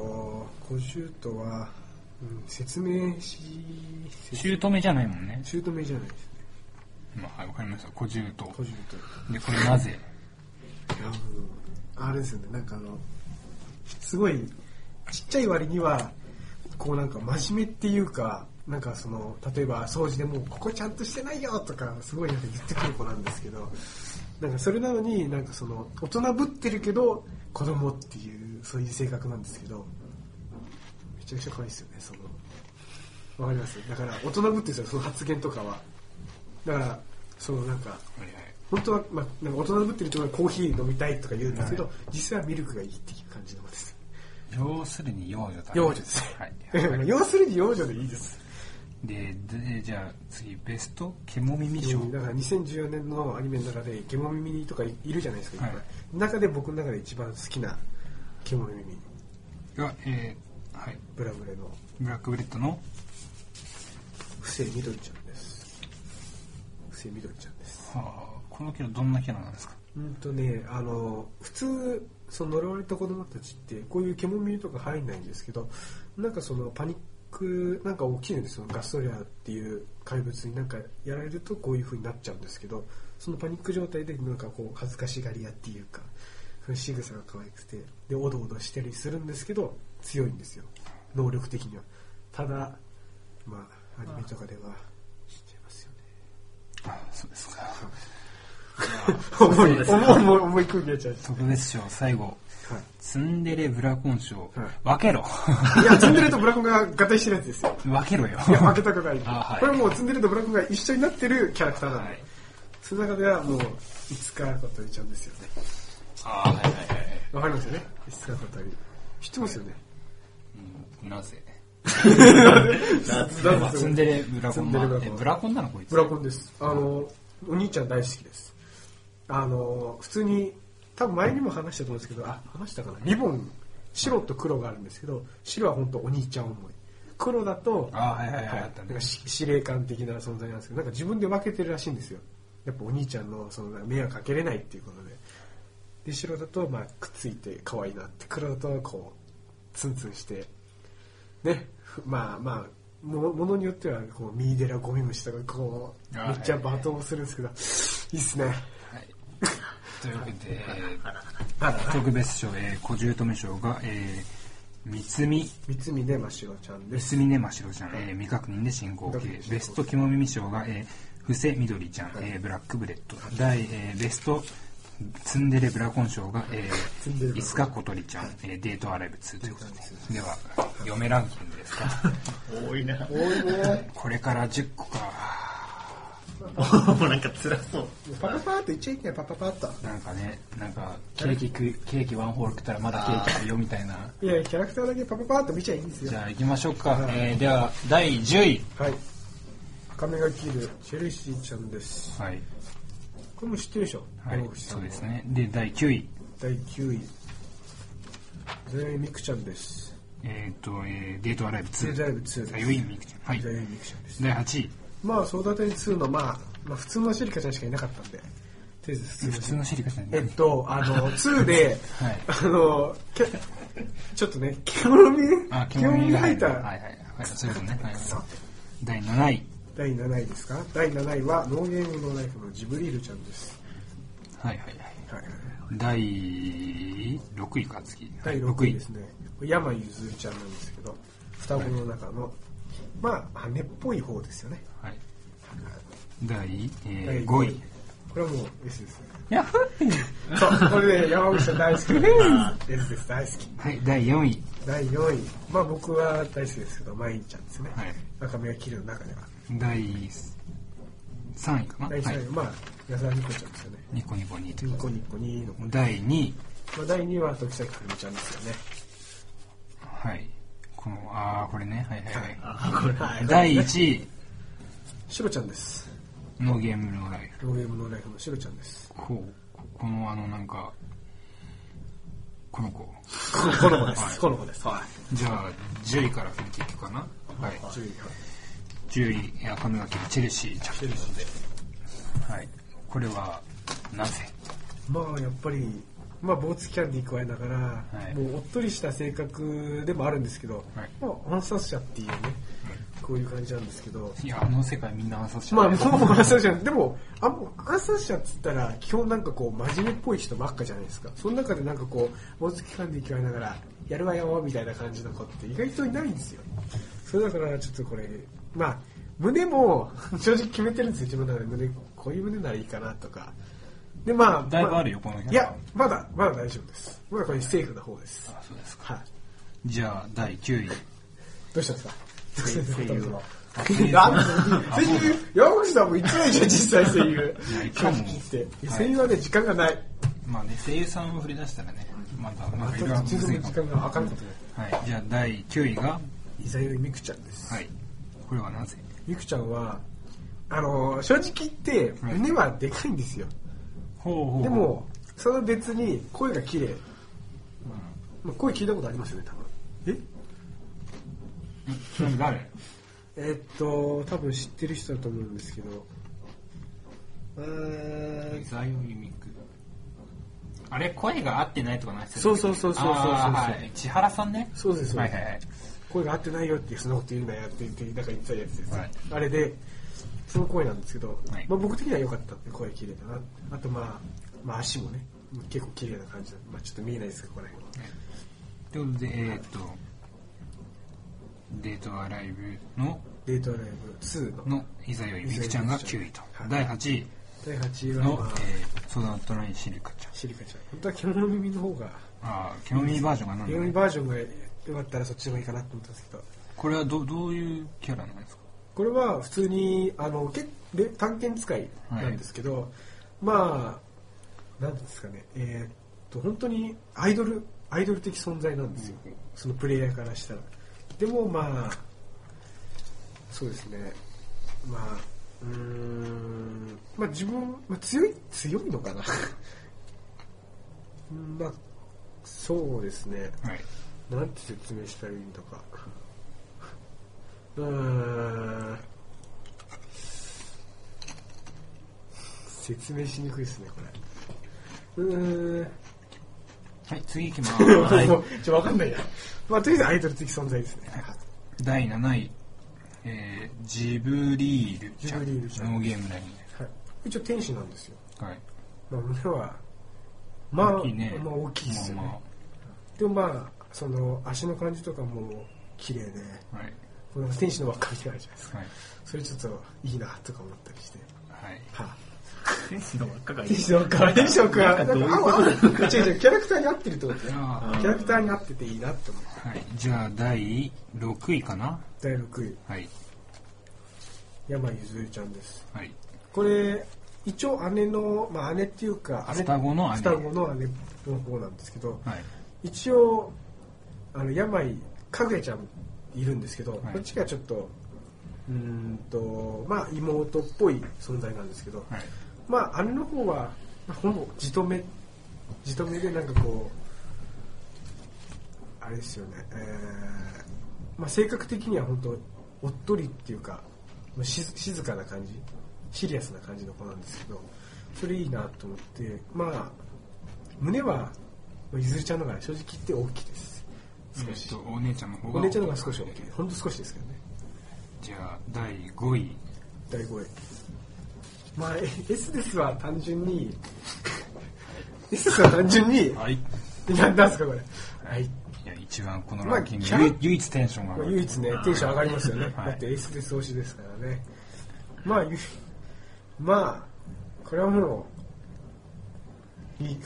B: 小姑とは、うん、説明し説
A: 姑じゃないもんね。
B: 姑じゃないですね
A: まあ、はい、わかりました。小獣と。
B: 小姑
A: で、これなぜ
B: いやもうあれですよねなんかあのすごいちっちゃい割にはこうなんか真面目っていうかなんかその例えば掃除でもうここちゃんとしてないよとかすごいなんか言ってくる子なんですけどなんかそれなのになんかその大人ぶってるけど子供っていうそういう性格なんですけどめちゃくちゃ可愛いですよねそのわかりますだから大人ぶってるんですよその発言とかはだからそのなんか
A: はいはい
B: 本当は、まあ、なんか大人ぶってる人がコーヒー飲みたいとか言うんですけど、実際はミルクがいいっていう感じのです。
A: 要するに幼女だ、ね。
B: 幼女です
A: はい。
B: 要するに幼女でいいです。
A: で、でじゃあ次、ベスト、ケモ耳賞。
B: だから2014年のアニメの中で、ケモ耳とかいるじゃないですか、いっぱい
A: はい
B: 中で僕の中で一番好きなケモ耳、
A: が、えーはい、
B: ブラブレの
A: ブラックブレッドの、
B: 不正みどりちゃんです。不正みどりちゃんです。
A: はあ、このキャラどんなキャラなんですか
B: うんとね、あの、普通、その呪われた子供たちって、こういう獣耳とか入んないんですけど、なんかそのパニック、なんか起きるんですよ。ガストリアっていう怪物になんかやられるとこういう風になっちゃうんですけど、そのパニック状態でなんかこう恥ずかしがり屋っていうか、そういう仕草が可愛くて、で、おどおどしたりするんですけど、強いんですよ。能力的には。ただ、まあ、アニメとかでは、しちゃいますよね。
A: あそうですか。
B: 重い
D: そう、ですね
B: 重い、重い、重い空気出ちゃうし。
A: 特別賞最後
B: はい
A: ツンデレブラコン賞、
B: はい
A: 分けろ
B: いや、ツンデレとブラコンが合体してるやつですよ。
A: 分けろよ
B: いや、負けたくない。
A: あはい
B: これもうツンデレとブラコンが一緒になってるキャラクターなんで。その中ではもう、いつかことりちゃんですよね。
A: ああはいはいはいはい
B: わかりますよねいつかことり。知ってますよね。
A: うんなぜ
B: だ
A: まあ
B: って
A: ツンデレブラコン
B: ツンデレ
A: マ
B: ブラ
A: ン
B: コン
A: えブラコンなのこいつ
B: ブラコンです。あの、お兄ちゃん大好きです。あの、普通に、多分前にも話したと思うんですけど、あ、話したかな。リボン、白と黒があるんですけど、白は本当お兄ちゃん思い。黒だと、
A: あはいはいはい
B: な
A: あったね
B: んかし司令官的な存在なんですけど、なんか自分で分けてるらしいんですよ。やっぱお兄ちゃんのその迷惑かけれないっていうことで。で、白だと、まあ、くっついて可愛いなって、黒だと、こう、ツンツンして、ね、ふまあまあ、もものによっては、こう、ミーデラゴミ虫とか、こう、
A: あー
B: めっちゃ罵倒するんですけど、いいっすね。
A: というわけで、えー
B: あら、
A: 特別賞、えー、小獣留賞が、えー、三つみ
B: 三つ峰真白ちゃんで
A: 三
B: す。
A: つみねましろちゃん、えー、未確認で進行
B: 未確
A: 形
B: 認で進行形
A: ベスト肝耳賞が、えー、布施みどりちゃん、えー、ブラックブレッド第、えー、ベストツンデレブラコン賞が、え
B: ツンデレ
A: ー、
B: ブラコン
A: いつかことりちゃん、えー、デートアライブ2ということででは嫁ランキングですか
D: 多いな。
B: 多いね。
A: これから10個か
D: もうなんか辛そう。
B: パパパーっと言っちゃいけない、パパパーっと。
A: なんかねなんかケーキ食いケーキワンホール食ったらまだケーキ食うよみたいない
B: や、キャラクターだけパパパーっと見ちゃいいんです
A: じ
B: よ。
A: ゃあ行きましょうか、えー、では第10位
B: はい。赤目が切る、チェルシーちゃんです。
A: はい、
B: これも知ってるでしょ
A: はい、そうです。ねで第9位
B: 第9位。ゼイミクちゃんです。
A: えっ、ー、と、えー、デートアライブ
B: デ
A: 2
B: イライブ2です。
A: あよいみくちゃんはい
B: ゼイミクちゃんです。
A: 第8位
B: まあ、ソーダテン2の、まあ、まあ、普通のシリカちゃんしかいなかったんで、とりあえず普通の
A: 普通のシリカちゃんね
B: えっと、あ の、2で、
A: はい
B: あの、けちょっとね、獣見、
A: あ
B: 獣見が入
A: はいはい
B: った
A: はいそういうことね、はい、第7位
B: 第7位ですか第7位は、ノーゲームのライフのジブリールちゃんです。
A: はいはいはい
B: はい。
A: 第6位か次
B: 第
A: 六
B: 6位ですね。山ゆずるちゃんなんですけど、双子の中の、まあ、姉っぽい方ですよね。
A: はい第、
B: 第
A: えー、5位
B: これはもう S ですね。
A: やっほー
B: そう、これね、山口さん大好きです。S です、大好き。
A: はい第4位
B: 第4位、まあ僕は大好きですけど、まゆちゃんですね。
A: はい
B: 赤目が切るの中では。
A: 第3位かな
B: 第3位、
A: はい
B: まあ、矢沢ニコちゃんですよね。
A: ニコニコ2という
B: ニ
A: こ
B: コニコにの。
A: とで第2位
B: まあ第2位は時崎くるみちゃんですよね。
A: はいこのああこれねはいはいはい
D: あ、これ。
A: 第1位
B: シロちゃんです。
A: のゲームのライフ
B: ローゲームノーライフのシロちゃんです。
A: こうこのあのなんかこの子
B: コロボです。コロボです。は
A: じゃあ10位から振っていくかなはい
B: い。10位は。
A: 10位赤目がけるチェルシーちゃん
B: チェルシーで。
A: はいこれはなぜ
B: まあやっぱり、まあボーツキャンディー加えながら、
A: い
B: もうおっとりした性格でもあるんですけど、
A: はい
B: まあ暗殺者っていうね、こういう感じなんですけど、
A: いやあの世界みんな暗殺者
B: まあ、もう暗殺者、でも、あもう暗殺者っつったら、基本なんかこう、真面目っぽい人ばっかじゃないですか。その中でなんかこう、大月間で行きながら、やるわよみたいな感じの子って意外といないんですよ。それだから、ちょっとこれ、まあ、胸も、正直決めてるんですよ、自分の中で胸、こういう胸ならいいかなとか。で、まあ、
A: だいぶ
B: ま
A: あるよこの辺
B: いや、まだ、まだ大丈夫です。まだこれセーフな方です。
A: あそうですか
B: はい。
A: じゃあ第9位
B: どうしたんですか
A: 声優 は
B: 声優山口さんも言ってないじゃん、実際声優
A: や。一
B: 正
A: 回も
B: 直言って。いや声優はね、時間がない。
A: まあね声優さんを振り出したらねまだまだい
B: 全
A: ろいろ
B: 然
A: む
B: 時
A: ずいかも
B: 間が分かることない。
A: はいじゃあ第9位が
B: イザヨイミクちゃんです。
A: はいこれはなぜ
B: ミクちゃんは、あのー、正直言って、
A: はい
B: 胸はでかいんですよ。
A: ほうほ
B: でも、その別に声が綺麗。まあ声聞いたことありますよね、多分。え
A: それ誰
B: えっと、多分知ってる人だと思うんですけど。えー
A: ザイオミミックあれ声が合ってないとかないです
B: そうそうそうそうそうそうそう
A: はい千原さんね
B: そうです、そうです。
A: はいはいはい
B: 声が合ってないよってそのこと言うなよって言ってなんか言ってたやつです、
A: はい
B: あれでその声なんですけど、
A: はい
B: まあ、僕的には良かったって声綺麗だなあとまあ、まあ、足もね結構綺麗な感じだ、まあ、ちょっと見えないですけどこの辺は
A: ということでえーっとデートアライブの
B: デートライブ2の
A: のいざよいみくちゃんが9位と
B: はい
A: 第8位
B: 第8位は
A: のえ
B: 今、
A: ー、ソダトラインシリカちゃん
B: シリカちゃん本当は獣の耳の方が
A: ああキノミバージョンがなん
B: ゲ
A: だ、
B: ーム
A: ね、
B: バージョンがよかったらそっちの方がいいかなと思ったんですけど
A: これはどどういうキャラなんですか
B: これは普通にあのけで探検使いなんですけど、まあなんていうんですかねえーっと本当にアイドルアイドル的存在なんですよ、そのプレイヤーからしたらでもまあそうですねまあうーんまあ自分、まあ、強い強いのかな うんまあそうですね
A: はい
B: なんて説明したらいいんだか。うーん。説明しにくいですね、これ。うーん。
A: はい次行きま
B: そう
A: す
B: そう ちょ、わかんないな。まあ、とりあえずアイドル的存在ですね。
A: 第7位、えー、ジブリールちゃん
B: ジブリールちゃん
A: ノーゲームライン
B: はい、一応天使なんですよ。
A: ではい
B: まあ、胸は、まあ、
A: 大きいね
B: まあ、大きいですよね。
A: まあ
B: でもまあ、その、足の感じとかも、綺麗で、
A: まあはい
B: この天使の輪っかみたいなのあるじゃないですか。
A: はい
B: それちょっと、いいな、とか思ったりして。
A: はい
B: はい、
D: 天使の輪っかがいい
B: テンションか。テンションか。
D: なんかどういうこ
B: 違う違う、キャラクターに合ってるってことだ
A: じゃ
B: よ。
A: あ
B: キャラクターに合ってていいなって思う。
A: はい、じゃあ第6位かな
B: 第6位、
A: はい
B: 山井ゆずるちゃんです。
A: はい
B: これ、一応姉の、まあ姉っていうか、姉
A: 双子の姉
B: 双子の姉の方なんですけど、
A: はい
B: 一応、あの、山井かぐやちゃんいるんですけど、
A: はい
B: こっちがちょっと、うーんと、まあ妹っぽい存在なんですけど、
A: はい
B: まあ、姉の方は、まあほぼじとめ、じとめでなんかこう、あれですよね、えーまあ、性格的には本当、おっとりっていうか、まあ、し静かな感じ、シリアスな感じの子なんですけど、それいいなと思って、まあ、胸は、まあ、ゆずりちゃんの方が正直言って大きいです。
A: え
B: 少
A: っ
B: し
A: と。お姉ちゃんの方が
B: お姉ちゃんの方が少し大きい。ほんと少しですけどね。
A: じゃあ第5位
B: 第5位まあえ S ですは単純に S ですは単純に
A: はいい
B: 何なんすかこれはい
A: や一番この
B: まあ
A: ランキング、
B: キャラ
A: 唯唯一テンションが
B: まあ
A: 上がる
B: 唯一ねテンション上がりますよね、
A: はい
B: だって S です推しですからねまあゆまあこれはもういい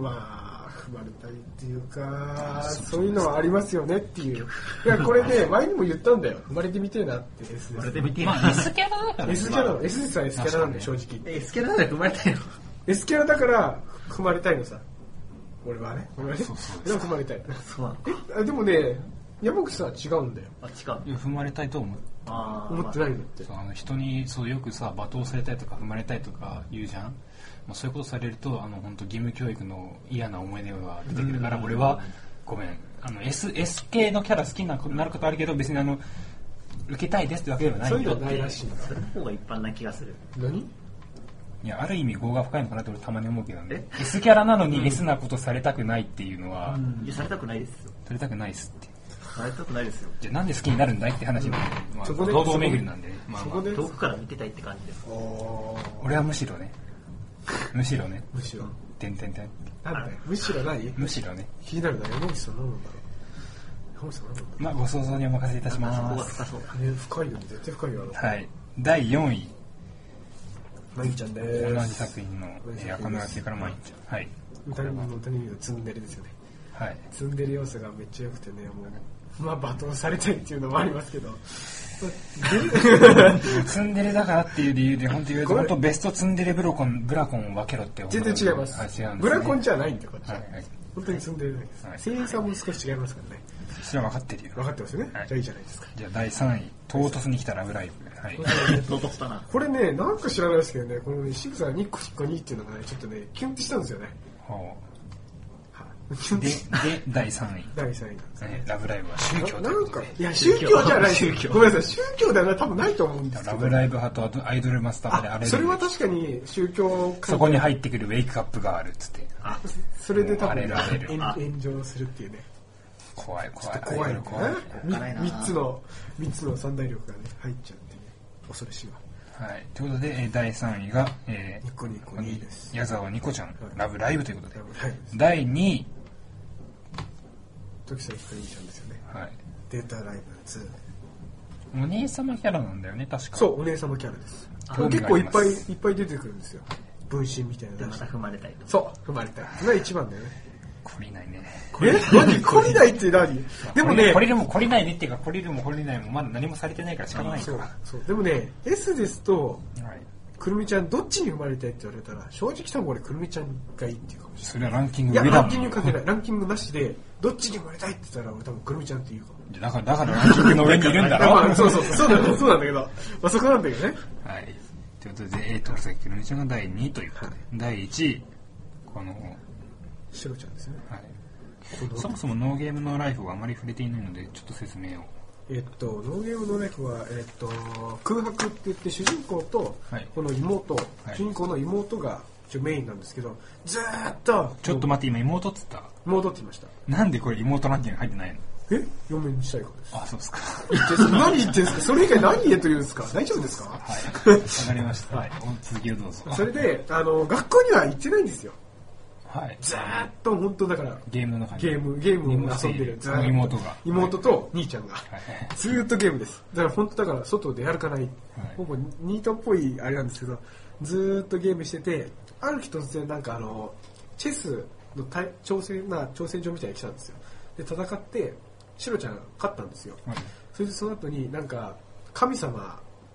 B: まあ踏まれたりっていうかそういうのはありますよねっていういやこれね前にも言ったんだよ生まれてみてえなって S です
D: まるで見てえ
A: ま
D: な
A: あ S キャラだから
B: S キャラの S ですは S キャラなんで正直
D: えスケラーで生まれたよ
B: S キャラだから踏まれたいのさ俺はね俺はね
A: そうそうです
B: 俺は踏まれたい
D: そうなんだ
B: あでもね山口さんは違うんだよ
D: あ違
A: いや踏まれたいと思う
D: あ
B: 思ってないんだって
A: そうあの人にそうよくさ罵倒されたいとか踏まれたいとか言うじゃん、まあ、そういうことされるとあの本当義務教育の嫌な思い出が出てくるから俺はごめんあの S, S 系のキャラ好きになることあるけど別にあの受けたいですってわけではない
B: そうい
A: ん
B: う
A: だ
B: の
A: っ
B: は
A: て
B: ないらしいんだ
D: それの方が一般な気がする
B: 何
A: いやある意味業が深いのかなって俺たまに思うけどね
D: え
A: S キャラなのに S なことされたくないっていうのは、
D: いやされたくないですよ
A: されたくないっすって
D: されたくないですよ
A: じゃあなんで好きになるんだいって話なんで、まあ、
B: そこで
A: 堂々巡りなんでね、まあ
B: そ
A: まあ
B: こで
D: 遠くから見てたいって感じです
B: あー
A: 俺はむしろねむしろね
B: むしろ
A: てんてんてん
B: なんだよむしろない
A: むしろね
B: 気になるな山口さん何なんだろう山口さん何なんだ
A: まあ、ご想像にお任せいたし
D: そこ
A: ま
D: が
A: す。
D: 深そう
B: ろうね深いよね絶対深いよあ
A: はい。第4位、
B: のまゆちゃんで
A: 同
B: ー
A: じ
B: す
A: 作品の、えー、赤目がついから毎日。はい。
B: 歌の歌の意味のツンデレですよね
A: はい。
B: ツンデレ要素がめっちゃ良くてねもうまあ罵倒されたいっていうのもありますけど
A: ツンデレだからっていう理由で、本当言うと、
B: これ
A: 本当ベストツンデレブロコン、ブラコンを分けろって思う
B: 全然違います
A: はい、違うんです、ね。
B: ブラコンじ
A: ゃ
B: ゃないんだよこっち
A: は。
B: はい
A: はい。
B: 本当に住んでるだけです、
A: はい
B: 声優さんも少し違いますからね
A: それは分かってるよ。
B: 分かってますよね、
A: はい
B: じゃあいいじゃないですか
A: じゃあ、第3位、唐突に来たラブライブ。はい。
D: 唐突だな
B: これねなんか知らないですけどねこのねシグさんニッコニッコにっていうのがねちょっとねキュンってしたんですよね
A: ほ
B: はいキュン
A: う
B: っ
A: で
B: て、
A: で、第3位。
B: 第3位なんです
A: えーラブライブは宗教と
B: なない
A: うんこと
B: か
A: で。
B: いや宗教じゃない
D: 宗教
B: ごめんなさい宗教では多分ないと思うんですけ
A: ラ
B: ど
A: ブライブ派とアドアイドルマスター派であ
B: あ
A: れ
B: それは確かに宗教関係
A: そこに入ってくるウェイクアップがあるっつって。
D: あ
B: それで
A: も
B: 多分、
A: うあれられる
B: 炎炎上するっていうね
A: 怖い怖い。
B: 怖い
A: ア
B: の
A: イドル
B: かなみ
D: 怖いな
B: 3つの三つの三大力がね入っちゃってね恐ろしいわ
A: はい、ということで、えー第3位が、え
B: ニッコニコにです
A: ー、矢沢ニコちゃん、ラブライブということで
B: ラ、ブライブです
A: 第2位、
B: 時さん光ちゃんですよね
A: はい、
B: データライブ2
A: お姉様キャラなんだよね、確か。
B: そうお姉様キャラです
A: 興味
B: 結
A: があ
B: 構い
A: り
B: っ
A: ま
B: ぱ
A: す
B: いいっぱい出てくるんですよ分身みたい
D: で
B: なの
D: ま
B: が
D: た踏まれたりとか
B: そう踏まれたいそれが一番だよね
A: 懲りないね
B: え何懲りないって何でもね
A: 懲りるも懲りないねっていうか懲りるも懲りないもまだ何もされてないから仕方ないか
B: そう
A: ら
B: そうでもね S ですと
A: はい
B: くるみちゃんどっちに踏まれたいって言われたら正直多分俺くるみちゃんがいいっていうかもし
A: それはランキン
B: れ
A: グ
B: ない
A: 上
B: いや
A: だ
B: ラ
A: も
B: ン
A: ん
B: キング関係ないランキングなしでどっちに踏まれたいって言ったら俺多分くるみちゃんって言うかも
A: だからだからランキングの上にいるんだろ
B: まあ そうそうそうなんだそうなんだけど、まあ、そこなんだけどね
A: はい。ということで、えーと、さっきのみちゃんが第2位ということで、第1位、この、
B: シロちゃんですね
A: はい。
B: この
A: そもそもノーゲームのライフはあまり触れていないので、ちょっと説明を。
B: えっと、ノーゲームノーライフは、えっと、空白って言って主人公と
A: はい
B: この妹、
A: い
B: 主人公の妹が一応メインなんですけどずーっと
A: ちょっと待って、今妹っつった
B: 戻ってきました
A: なんでこれ妹ランキング入ってないの
B: え嫁にしたいからです
A: あ、そうです か。
B: 何言ってんす かそれ以外何言えと言うんですか大丈夫ですか
A: はい。わかりました。はい。続きをどうぞ。
B: それであの学校には行ってないんですよ
A: はい。
B: ずーっと本当だから
A: ゲームの中に。
B: ゲームゲームを遊んでるずーっと
A: 妹が。
B: 妹と兄ちゃんが
A: はい。
B: ずーっとゲームですだから本当だから外で歩かない、ほぼニートっぽいあれなんですけどずーっとゲームしててある日突然なんかあのチェスの対挑戦な挑戦状みたいに来たんですよで戦ってシロちゃんが勝ったんですよ、
A: はい
B: それでその後になんか神様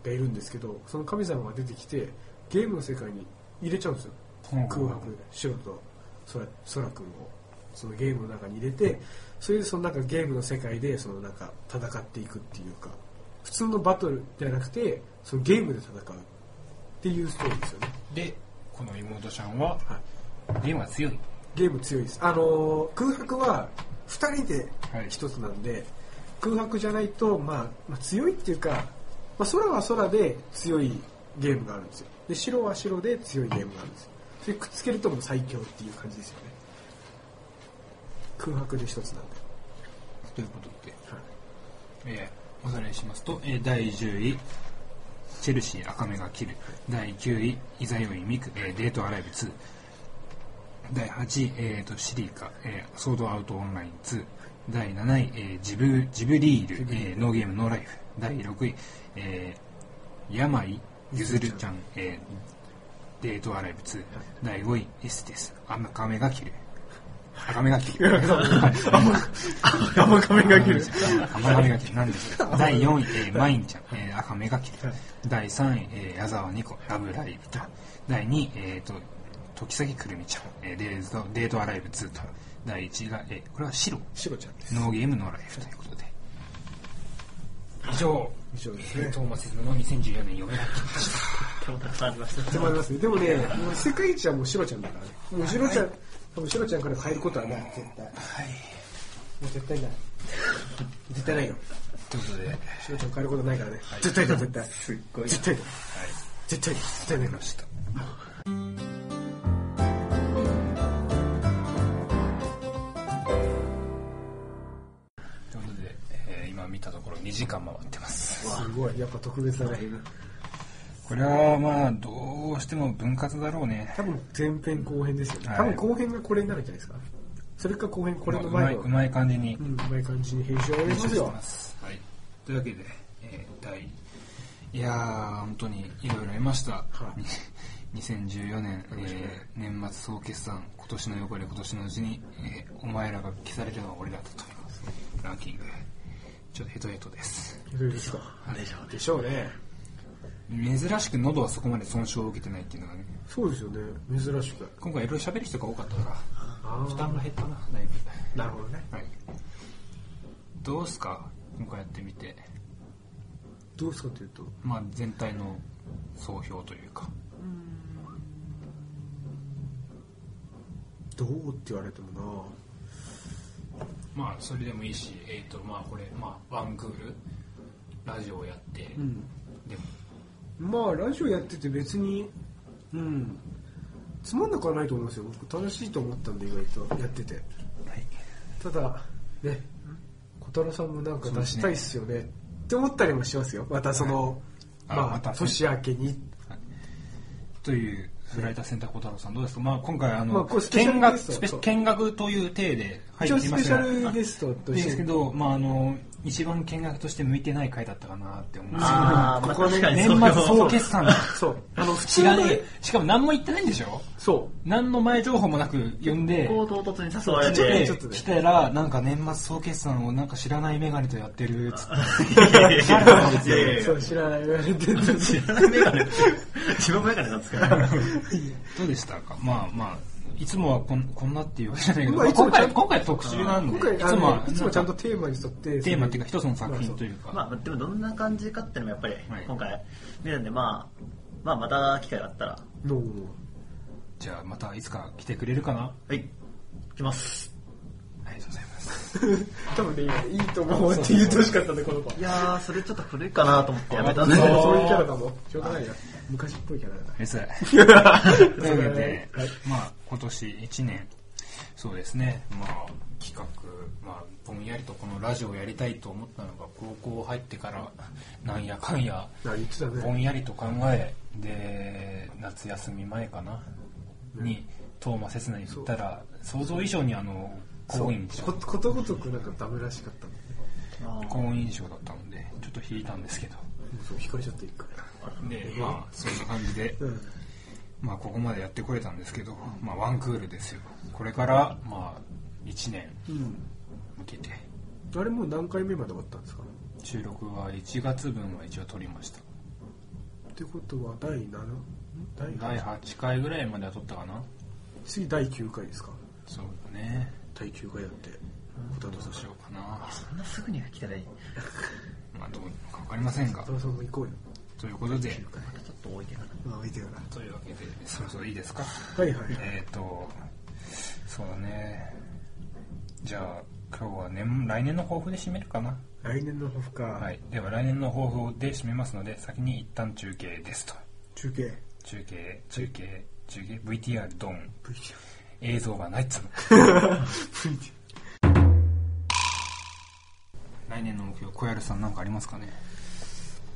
B: がいるんですけどその神様が出てきてゲームの世界に入れちゃうんですよ
A: うん
B: 空白で白と空空くんをそのゲームの中に入れてそれでそのなんかゲームの世界でそのなんか戦っていくっていうか普通のバトルではなくてそのゲームで戦うっていうストーリーですよね、
A: で、この妹ちゃんは、
B: はい、
A: ゲームは強い。
B: ゲーム強いです。あのー空白は2人で1つなんで、空白じゃないと、まあ、まあ強いっていうか、まあ、空は空で強いゲームがあるんですよ。で、白は白で強いゲームがあるんですよ。それくっつけるともう最強っていう感じですよね。空白で1つなんで。
A: ということで、
B: はい
A: えーおさらいしますと、えー第10位、チェルシー赤目が切る。第9位、イザヨイミク、えーデートアライブ2。第8位、えーと、シリカ、えーソードアウトオンライン2。第7位、えージブ、ジブリール、えーノーゲームノーライフ。第6位、えー、山井ゆずるちゃん、えーデートアライブ2。第5位、エステス、赤目が切る。赤目が切る。
B: 甘噛みが切る。
A: 甘がみがきなんですけど第4位、えー、マインちゃん、えー、赤目がき第3位、えー、矢沢ニコラブライブと第2位、えー、と時崎くるみちゃん、えー、デートデートアライブ2と第1位が、えー、これは白
B: 白ちゃんです。
A: ノーゲームノーライフということで以上
B: 以上です
A: えー
B: ね。
A: トーマスズの2014年嫁ランキングでした
D: 今日たくさんありました
B: でもありますね。でもね、もう世界一はもう白ちゃんだからね。もう白ちゃん、多分白ちゃんから変えることはない、絶対。
A: はい
B: もう絶対ない。 絶対ないよ。
A: ということで
B: しのちゃん変えることないからね。絶対だ、絶対。
D: すっごいな
B: 絶対だ。絶対だ、絶対ないから。
A: したということで、えー今見たところ2時間回ってます
B: すごい、やっぱ特別だね。
A: これはまあどうしても分割だろうね
B: 多分前編後編ですよね
A: は。い
B: 多分後編がこれになるんじゃないですか。それか後編これの
A: まあ
B: 前
A: うま
B: の。
A: いうまい感じに
B: うん、うまい感じに編集を終えま
A: 編集
B: す
A: して
B: よ。
A: ますはい、というわけで、えー第いやー本当にいろいろありました、
B: はい
A: に2014年、えー年末総決算今年の汚れ今年のうちに、えーお前らが消されるのは俺らだというランキングちょっとヘトヘトです
B: いろいろですか。でしょうね。
A: 珍しく喉はそこまで損傷を受けてないっていうのがね
B: そうですよね。珍しく。
A: 今回いろいろ喋る人が多かったから
B: あ
A: 負担が減ったなだいぶ
B: あ、なるほどね。
A: はいどうすか今回やってみて
B: どうですかというと、
A: まあ、全体の総評というか
B: どうって言われても
A: まあそれでもいいし、えーとまあ、これ、まあ、ワンクールラジオをやって、でも
B: なまあ、ラジオやってて別に、うん、つまんなくはないと思いますよ。僕楽しいと思ったんで、意外とやってて。ただね小太郎さんもなんか出したいっすよねって思ったりもしますよまたその、
A: はいあ
B: ま
A: ま
B: あ
A: た
B: 年明けに
A: というフライターセンター小太郎さんどうですか、まあ、今回あの、
B: まあこれスペシャル
A: 見学
B: ゲスト
A: スペシ
B: そう
A: 見学という体で入っ
B: 一応
A: ていま
B: スペ
A: す
B: シ
A: が
B: ャルゲストと
A: で
B: し
A: すけ
B: て
A: ど、まあ、あの一番見学として向いてない回だったかなって思うんですよ
D: あー、まあ、
B: ここね
D: 確かに
A: 年末総決算
B: そう。あの、普通
A: 知ら
B: の
A: ねえしかも何も言ってないんでしょ
B: そ
A: 何の前情報もなく呼んで
D: こう唐突に誘われ
A: で
D: て、
B: ちょっとね。
A: 来たらなんか年末総決算をなんか知らないメガネとやってるっつって
D: いやいやいうや
B: そう、知らない。言われてる。
D: 知らないメガネって、 自分メガネなんですから。
A: どうでしたかまあまあいつもはこんこんなっていうわけじゃないけど、
B: まあいつも
A: 今
B: ちゃ
A: 回
B: んと
A: 今回特集なんで
B: 今回、
A: い
B: あ
A: つも
B: の
A: は
B: ねいつもちゃんとテーマに沿って。
A: テーマっていうか一つの作品というか、
D: まあ、でもどんな感じかっていうのもやっぱ
A: は
D: り
A: い、
D: 今回見るんで、まあ、まあ、また機会があったら、
B: の、
A: じゃあまたいつか来てくれるかな
D: はい、来ます。
A: ありがとうございます
B: 多分ね、今いいと思うって言ってほしかったんで、この子。
D: いやー、それちょっと古いかなと思ってやめた
B: そ
D: ん
B: う
D: で。
B: そういうキャラだもん。しょうがないな。昔っぽいキャラだな。
A: ですというわけで、
B: はい
A: まあ今年1年そうですねまあ企画まあぼんやりとこのラジオをやりたいと思ったのが高校入ってからなんやかんや
B: あ言ってた
A: ぼ
B: ね。
A: んやりと考えで夏休み前かなに東間刹那に行ったら想像以上にあの
B: そ
A: 好
B: う
A: 印象
B: こことごとくなんかダメらしかったんで。
A: 好印象だったのでちょっと引いたんですけど
B: そう、引かれちゃって一回。
A: でまあそんな感じで
B: うん。
A: まあここまでやってこれたんですけどまあワンクールですよこれからまあ1年向けて
B: あれもう何回目まで終わったんですか
A: 収録は1月分は一応撮りました
B: ってことは第7第
A: 第
B: 8
A: 8回ぐらいまでは撮ったかな
B: 次第9回ですか
A: そうだね
B: 第9回だって小田
A: ど
B: 野さん
A: うしようかな
D: そんなすぐには来てない。
A: まあどういうのか分かりませんが
B: 小田野さんも行こうよ
A: ということで
D: またちょっと置いてから。
B: ああいてから
A: というわけでそろそろいいですか
B: はいはいはい
A: えっ、とそうだねじゃあ今日は年来年の抱負で締めるかな
B: 来年の抱負か、
A: はいでは来年の抱負で締めますので先に一旦中継ですと
B: 中継
A: 中継中継中継 VTR ドン
B: VTR
A: 映像がないっつうの来年の目標小籔さん何かありますかね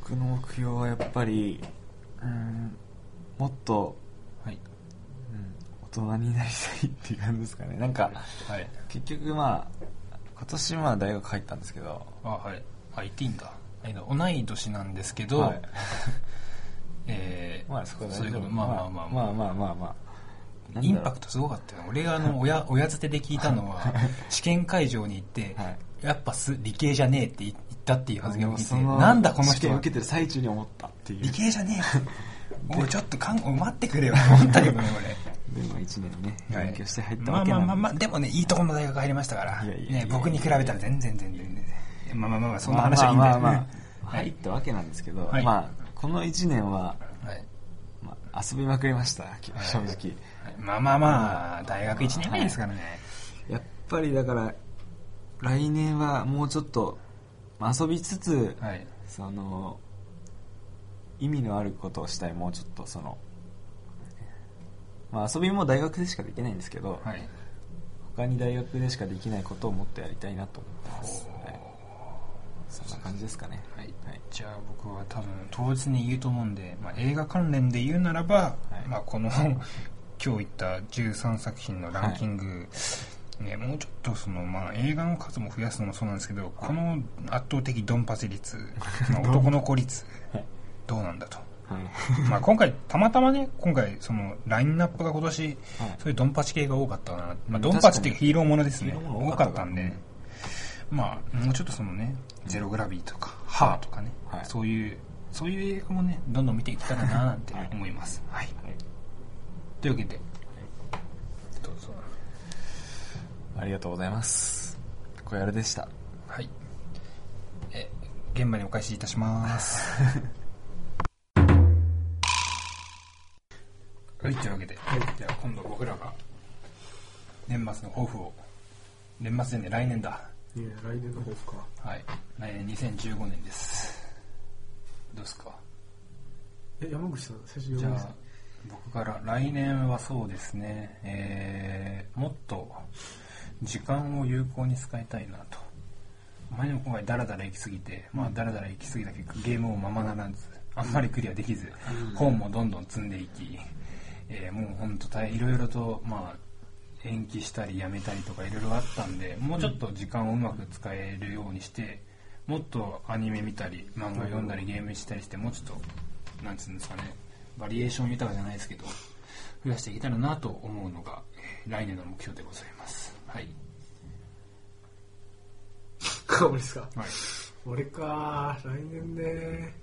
C: 僕の目標はやっぱりうんもっと、
A: はい
C: うん、大人になりたいっていう感じですかねなんか
A: はい
C: 結局まあ今年まあ大学入ったんですけど
A: あはいあ言っていいんだあいいんだ同い年なんですけど、
C: はい
A: えー
C: まあそこは
A: そうい
C: 大
A: うこ
C: 丈夫
A: とまあまあまあまあ
C: まあまあまあまあ
A: インパク
C: ト
A: トすごかったよ俺があ の親親づてで聞いたのは試験会場に行って、
C: はい
A: やっぱす理系じゃねえって言ったっていう発言を聞いて
C: その
A: なんだこの人
C: 試験
A: は
C: 受けてる最中に思ったっていう
A: 理系じゃねえ おいちょっとかんおい待ってくれよって思ったけどね
C: でまあ1年ね
A: 俺
C: 勉強して入った
A: ま
C: わ
A: あ
C: け
A: ま
C: な
A: あ
C: ん
A: ま
C: ですけど、
A: あまあでもねいいとこの大学入りましたから
C: いやいやいやいや
A: ね僕に比べたら全然全然まあまあまあまあそんな話はいいんだ
C: ま
A: よ
C: あまあまあ
A: は
C: 入っ
A: い
C: たわけなんですけど、
A: はい
C: まあこの1年は、
A: はい
C: まあ、遊びまくりました正直、
A: まあまあまあ大学1年目ですからね
C: やっぱりだから来年はもうちょっとまあ遊びつつ、
A: はい
C: その意味のあることをしたいもうちょっとその、まあ、遊びも大学でしかできないんですけど、
A: はい
C: 他に大学でしかできないことをもっとやりたいなと思ってます、はいそんな感じですかね
A: はいじゃあ僕は多分当日に言うと思うんで、まあ、映画関連で言うならば、
C: はい
A: まあ、この 今日言った13作品のランキング、ね、もうちょっとその、まあ、映画の数も増やすのもそうなんですけどこの圧倒的ドンパチ 率、まあ、男の子率
C: はい
A: どうなんだと。
C: はい、
A: まあ今回、たまたまね、今回、その、ラインナップが今年、
C: はい
A: そういうドンパチ系が多かったかな。まあ
C: うん
A: ドンパチっていうか
C: 確かに
A: ヒーローものですね
C: ヒーロー。もの
A: 多
C: 多か
A: か
C: った
A: ったんで、まあ、もうちょっとそのね、ゼログラビーとか、ハーとかね
C: は、い
A: そういう、そういう映画もね、どんどん見ていけたらななんて
C: はい
A: 思います。はい。
C: はい
A: というわけで、どうぞ。
C: ありがとうございます。小やるでした。
A: はい。え、現場にお返しいたします。 はい、というわけで、では今度僕らが年末の抱負を、年末でね、来年だ。
B: いや来年の抱負か
A: はい。来年2015年です。どうですか
B: え山口さん最初
A: じ
B: 山
A: ゃ
B: 口さ
A: あ、僕から、来年はそうですね、えー、もっと時間を有効に使いたいなと。前にも今回ダラダラ行き過ぎて、まあダラダラ行き過ぎた結果ゲームをままならず、あんまりクリアできず、本もどんどん積んでいき、えーもうほんと大いろいろと、まあ、延期したりやめたりとかいろいろあったんで、もうちょっと時間をうまく使えるようにして、もっとアニメ見たり漫画読んだりゲームしたりしてもうちょっとなんつうんですかねバリエーション豊かじゃないですけど増やしていけたらなと思うのが、えー来年の目標でございますはい、
B: 俺ですか
A: はい、
B: 俺か来年ね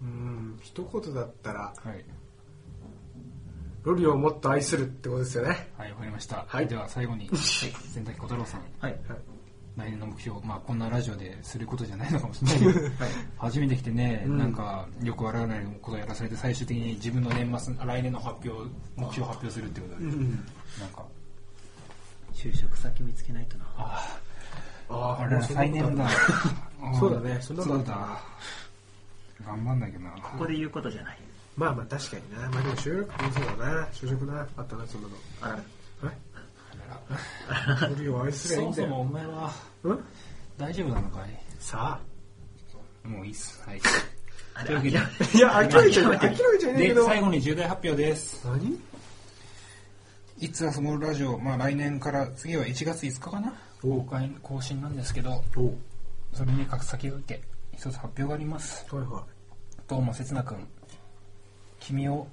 B: うん一言だったら
A: はい。
B: ロリオをもっと愛するってことですよね
A: はい、わかりました。
B: はい
A: では最後に、はい、千崎小太郎さん、
D: はい。
A: 来年の目標、まあこんなラジオですることじゃないのかもしれないけど、初めて来てね、
B: うん
A: なんかよくわからないことをやらされて、最終的に自分の年末、来年の発表、目標を発表するってことで、なんか、
D: 就職先見つけないとな。
A: あ
B: あ
A: あ、あれ
B: そんな
A: 再年だ。あー
B: そうだねそんなこ
A: そ
B: とあ
A: う
B: ったな
A: だ。頑張んなきゃな。
D: ここで言うことじゃない。
B: まあまあ確かになまあでも就職もそうだな就職なあったなそんなの
D: あら、
B: はいロリオを愛すりゃい
A: そ
B: いん
A: もそ
B: だよ
A: もお前は
B: うん
A: 大丈夫なのかい
B: さ
A: もういいっす。はい。
D: あ
A: とい
D: れ
A: うわけで、
B: あいや諦めちゃいない諦めちゃいないけ
A: で、
B: ど
A: 最後に重大発表です。
B: 何
A: いつ遊ぼうラジオ、まあ来年から、次は1月5日かな
B: お
A: 公開、更新なんですけど、
B: お
A: それに先駆け、一つ発表があります。
B: はいは
A: どうも、せつなくん。君を、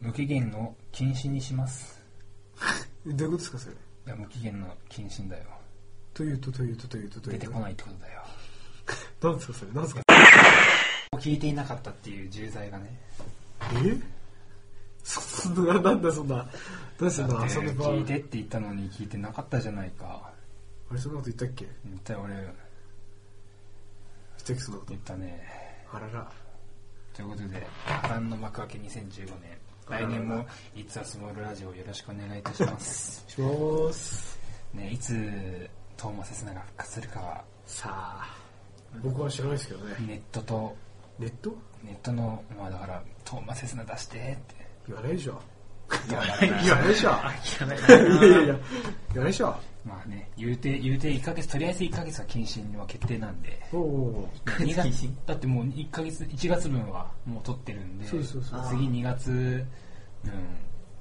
A: 無期限の謹慎にします。
B: いどういうことですかそれ
A: いや、無期限の謹慎だよ。
B: というとというとというとと
A: 出
B: いう
A: て
B: と
A: こないってことだよ。
B: 何ですかそれ何ですか
A: 聞いていなかったっていう重罪がね。
B: え そそんななんだそんな何そん
A: だ
B: な
A: って
B: 遊べば
A: 聞いてって言ったのに聞いてなかったじゃないか。
B: あれそんなこと言ったっけ言
A: 一体俺、
B: ったっけそんなこと
A: 言ったね。
B: あらら
A: ということで、波乱の幕開け2015年、来年も「いつはスモールラジオ」よろしくお願いいたし ます。
B: しまーす
A: ね、いつ、トーマセスナが復活するかは、
B: さあ僕は知らないですけどね
A: ネットと、
B: ネット
A: ネットの、まあだから、トーマセスナ出してって。
B: 言わないでしょ
A: 言わない
B: 言わないでしょ
D: 諦めない
B: いやいやいや言わないでしょ
A: まあね、言うて、言うて1ヶ月、とりあえず1ヶ月は謹慎は決定なんで、
B: おお
A: 2月、だってもう1ヶ月、1月分はもう取ってるんで、
B: そうそうそう
A: 次2月分、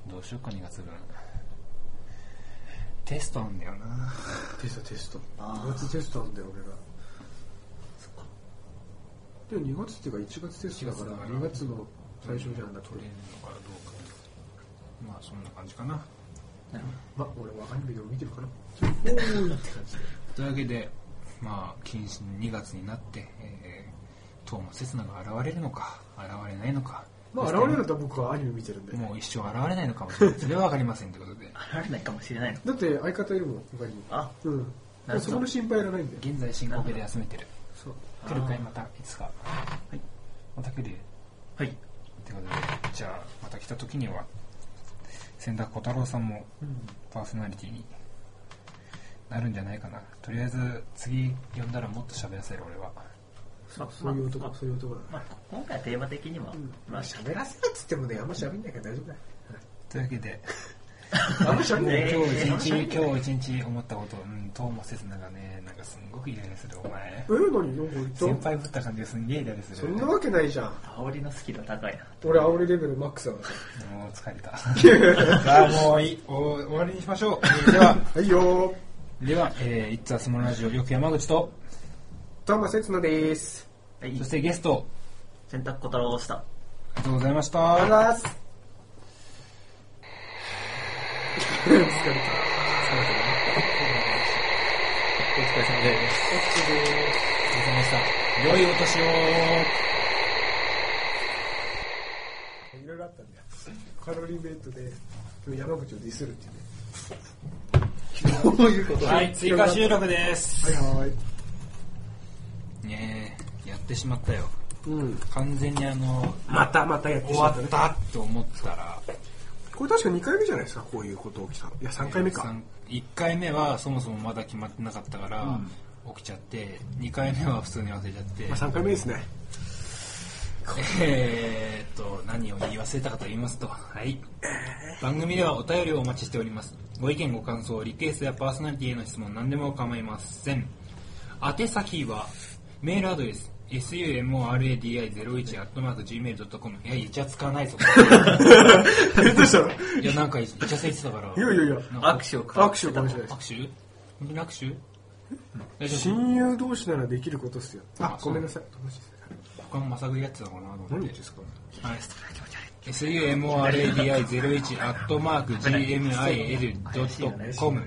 A: どうしようか2月分。テストあんだよな。
B: テストテスト
D: あー
B: 2月テストなんだよ俺がでも2月っていうか1月テストだから
A: 1
B: 2月の最初じゃんだっ
A: 取れ
B: け
A: るのかどうかまあそんな感じかな
B: まあ俺はアニメでも見てるかなおーいって感じで
A: というわけでまあ近親2月になって、えー、トーマセスナが現れるのか現れないのか
B: まあ現れると僕はアニメ見てるんで
A: もう一生現れないのかもしれないそれは分かりませんということで
D: あられないかもしれない
B: だ
D: の。
B: って相方いるもん他にも
D: あ、
B: うん
D: なるほ
B: そ
D: ど
B: この心配いらないんだよ
A: 現在進行形で休めてる
B: そう
A: 来るかいまたいつか
D: い
A: また来るよ
D: はい。
A: ということでじゃあまた来た時には千田小太郎さんもパーソナリティになるんじゃないかなとりあえず次呼んだらもっと喋らせる俺は
D: まあ
B: そういう
D: まあ
B: 男そういう男だ
D: まあ今回はテーマ的には、まあ、
B: 喋らせるっつってもねあんま喋んないから大丈夫だよ
A: というわけで
B: あんま喋ん
A: もう
B: ない
A: 今
D: ね
A: 日一 日今日一日思ったことうんトーマセスナがねなんかすんごくイライラするお前
B: え何なんか言った
A: 先輩ぶった感じがすんげえイライラする
B: そんなわけないじゃん
D: 煽りのスキルは高いな。
B: 俺煽りレベルマックスだか
A: もう疲れ たじゃあもういいお終わりにしましょうえーでは
B: らはいよー
A: では、えー、いつはスモラジオよく山口と
B: トーマセツノでーす
D: はい
A: そし。てゲスト
D: 洗濯小太郎をした。
A: ありがとうございました
B: あらーす
A: お
B: 疲れた疲れ
A: 疲れ様です。お疲れ様でした。良いお年を。
B: たいろいろあったんだよカロリーメイトで今日山口をディスるっていうね
D: どういうこと
A: はい、追加収録です。
B: はいはーい
A: ねえ、やってしまったよ。
B: うん
A: 完全にあの、
B: またまたやって
A: 終
B: しま
A: わ
B: ったね
A: ったって思ったら、
B: これ確か2回目じゃないですかこういうこと起きたのいや3回目か
A: 三。1回目はそもそもまだ決まってなかったから、起きちゃって、2回目は普通に忘れちゃって、
B: まあ3回目ですね
A: えーっと、何を言い忘れたかと言いますと、はい。番組ではお便りをお待ちしております。ご意見、ご感想、リクエストやパーソナリティへの質問、何でも構いません。宛先は、メールアドレス、sumoradi01-gmail.com。いや、イチャつか ないぞ。
B: えどうしたの
A: いや、なんかイチャついてたから。
B: いやいやいや
A: なんか
D: 握手を
B: 握手かもしれないです
A: 握手本当に握手大丈夫
B: 親友同士ならできることっすよ。あ
A: あ、
B: ごめんなさい。友達です
A: 他もまさぐりやってたのかなと思って。
B: 何言ってんすか
A: sumradi01 アットマーク gmil.com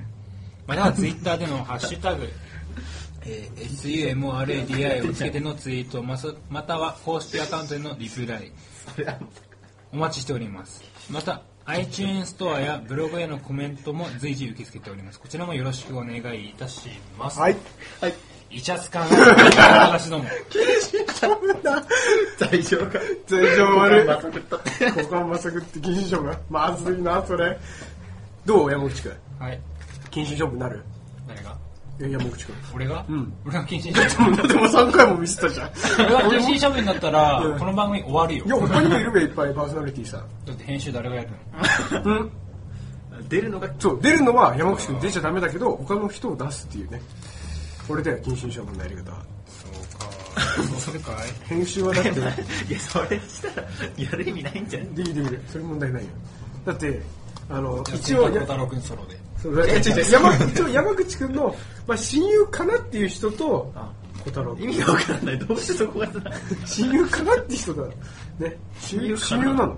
A: またはツイッターでのハッシュタグ、えー sumradi をつけてのツイートまさまたは公式アカウントでのリプライお待ちしておりますまた iTunes ストアやブログへのコメントも随時受け付けておりますこちらもよろしくお願いいたします
B: はい。
A: イチャつ かん私ども
D: 大丈夫か。
B: 全然悪い。
D: まさぐったって。
B: 股間まさぐって禁止処分まずいな、それ。どう山口くん。
A: はい
B: 禁止処分なる
A: 誰が
B: え山口くん。
A: 俺が、
B: うん
A: 俺が謹慎処分
B: でも3回も見せたじゃん。
A: 俺が謹慎処分だったら、
B: うん
A: この番組終わるよ
B: いや、他にもいるべ、いっぱいパーソナリティさん。
A: だって編集誰がやるの
B: うん。
D: 出るのが、
B: そう、出るのは山口くん出ちゃダメだけど、他の人を出すっていうね。これだよ、禁止処分のやり方は。
A: そうかそうするかい
B: 編集は だって、
D: いや、それしたら、やる意味ないんじゃない
B: できるできる。それ問題ないよ。だって、あの、
A: 一
B: 一
A: 応
B: 応、
A: 小太郎くんソロで
B: そうだから
D: 違う 違う
B: 山口一応山口くんの、まあ、親友かなっていう人と、
D: あ
B: 小太郎
D: 意味がわからない。どうしてそこがさ、
B: 親友かなって人だ。ね。親友、親
D: 親
B: 友
D: 友かな
B: なの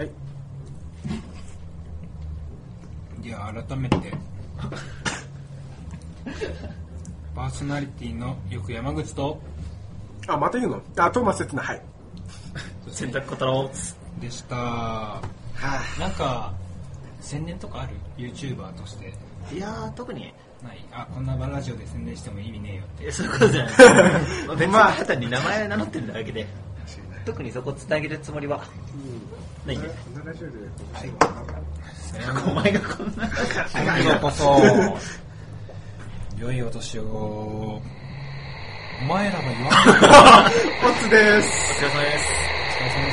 B: はい。
A: いや改めてパーソナリティのよく山口と
B: あ、また言うのあ、トーマス説な。はい。
D: 洗濯小太郎。
A: でした
B: は
A: なんか宣伝とかある YouTuber として
D: いやー、特に、
A: ないあこんなラジオで宣伝しても意味ねえよって
D: えそういうことじゃない。 まあ別に、
B: まあ
D: ただに名前名乗ってるだけで、特にそこ伝えるつもりはないんで。
B: こんなラジオで、
D: お前がこんな、
A: 今こそ良いお年をお前らが言わない
B: コツです。
D: お疲れ様です。
A: お疲れ様で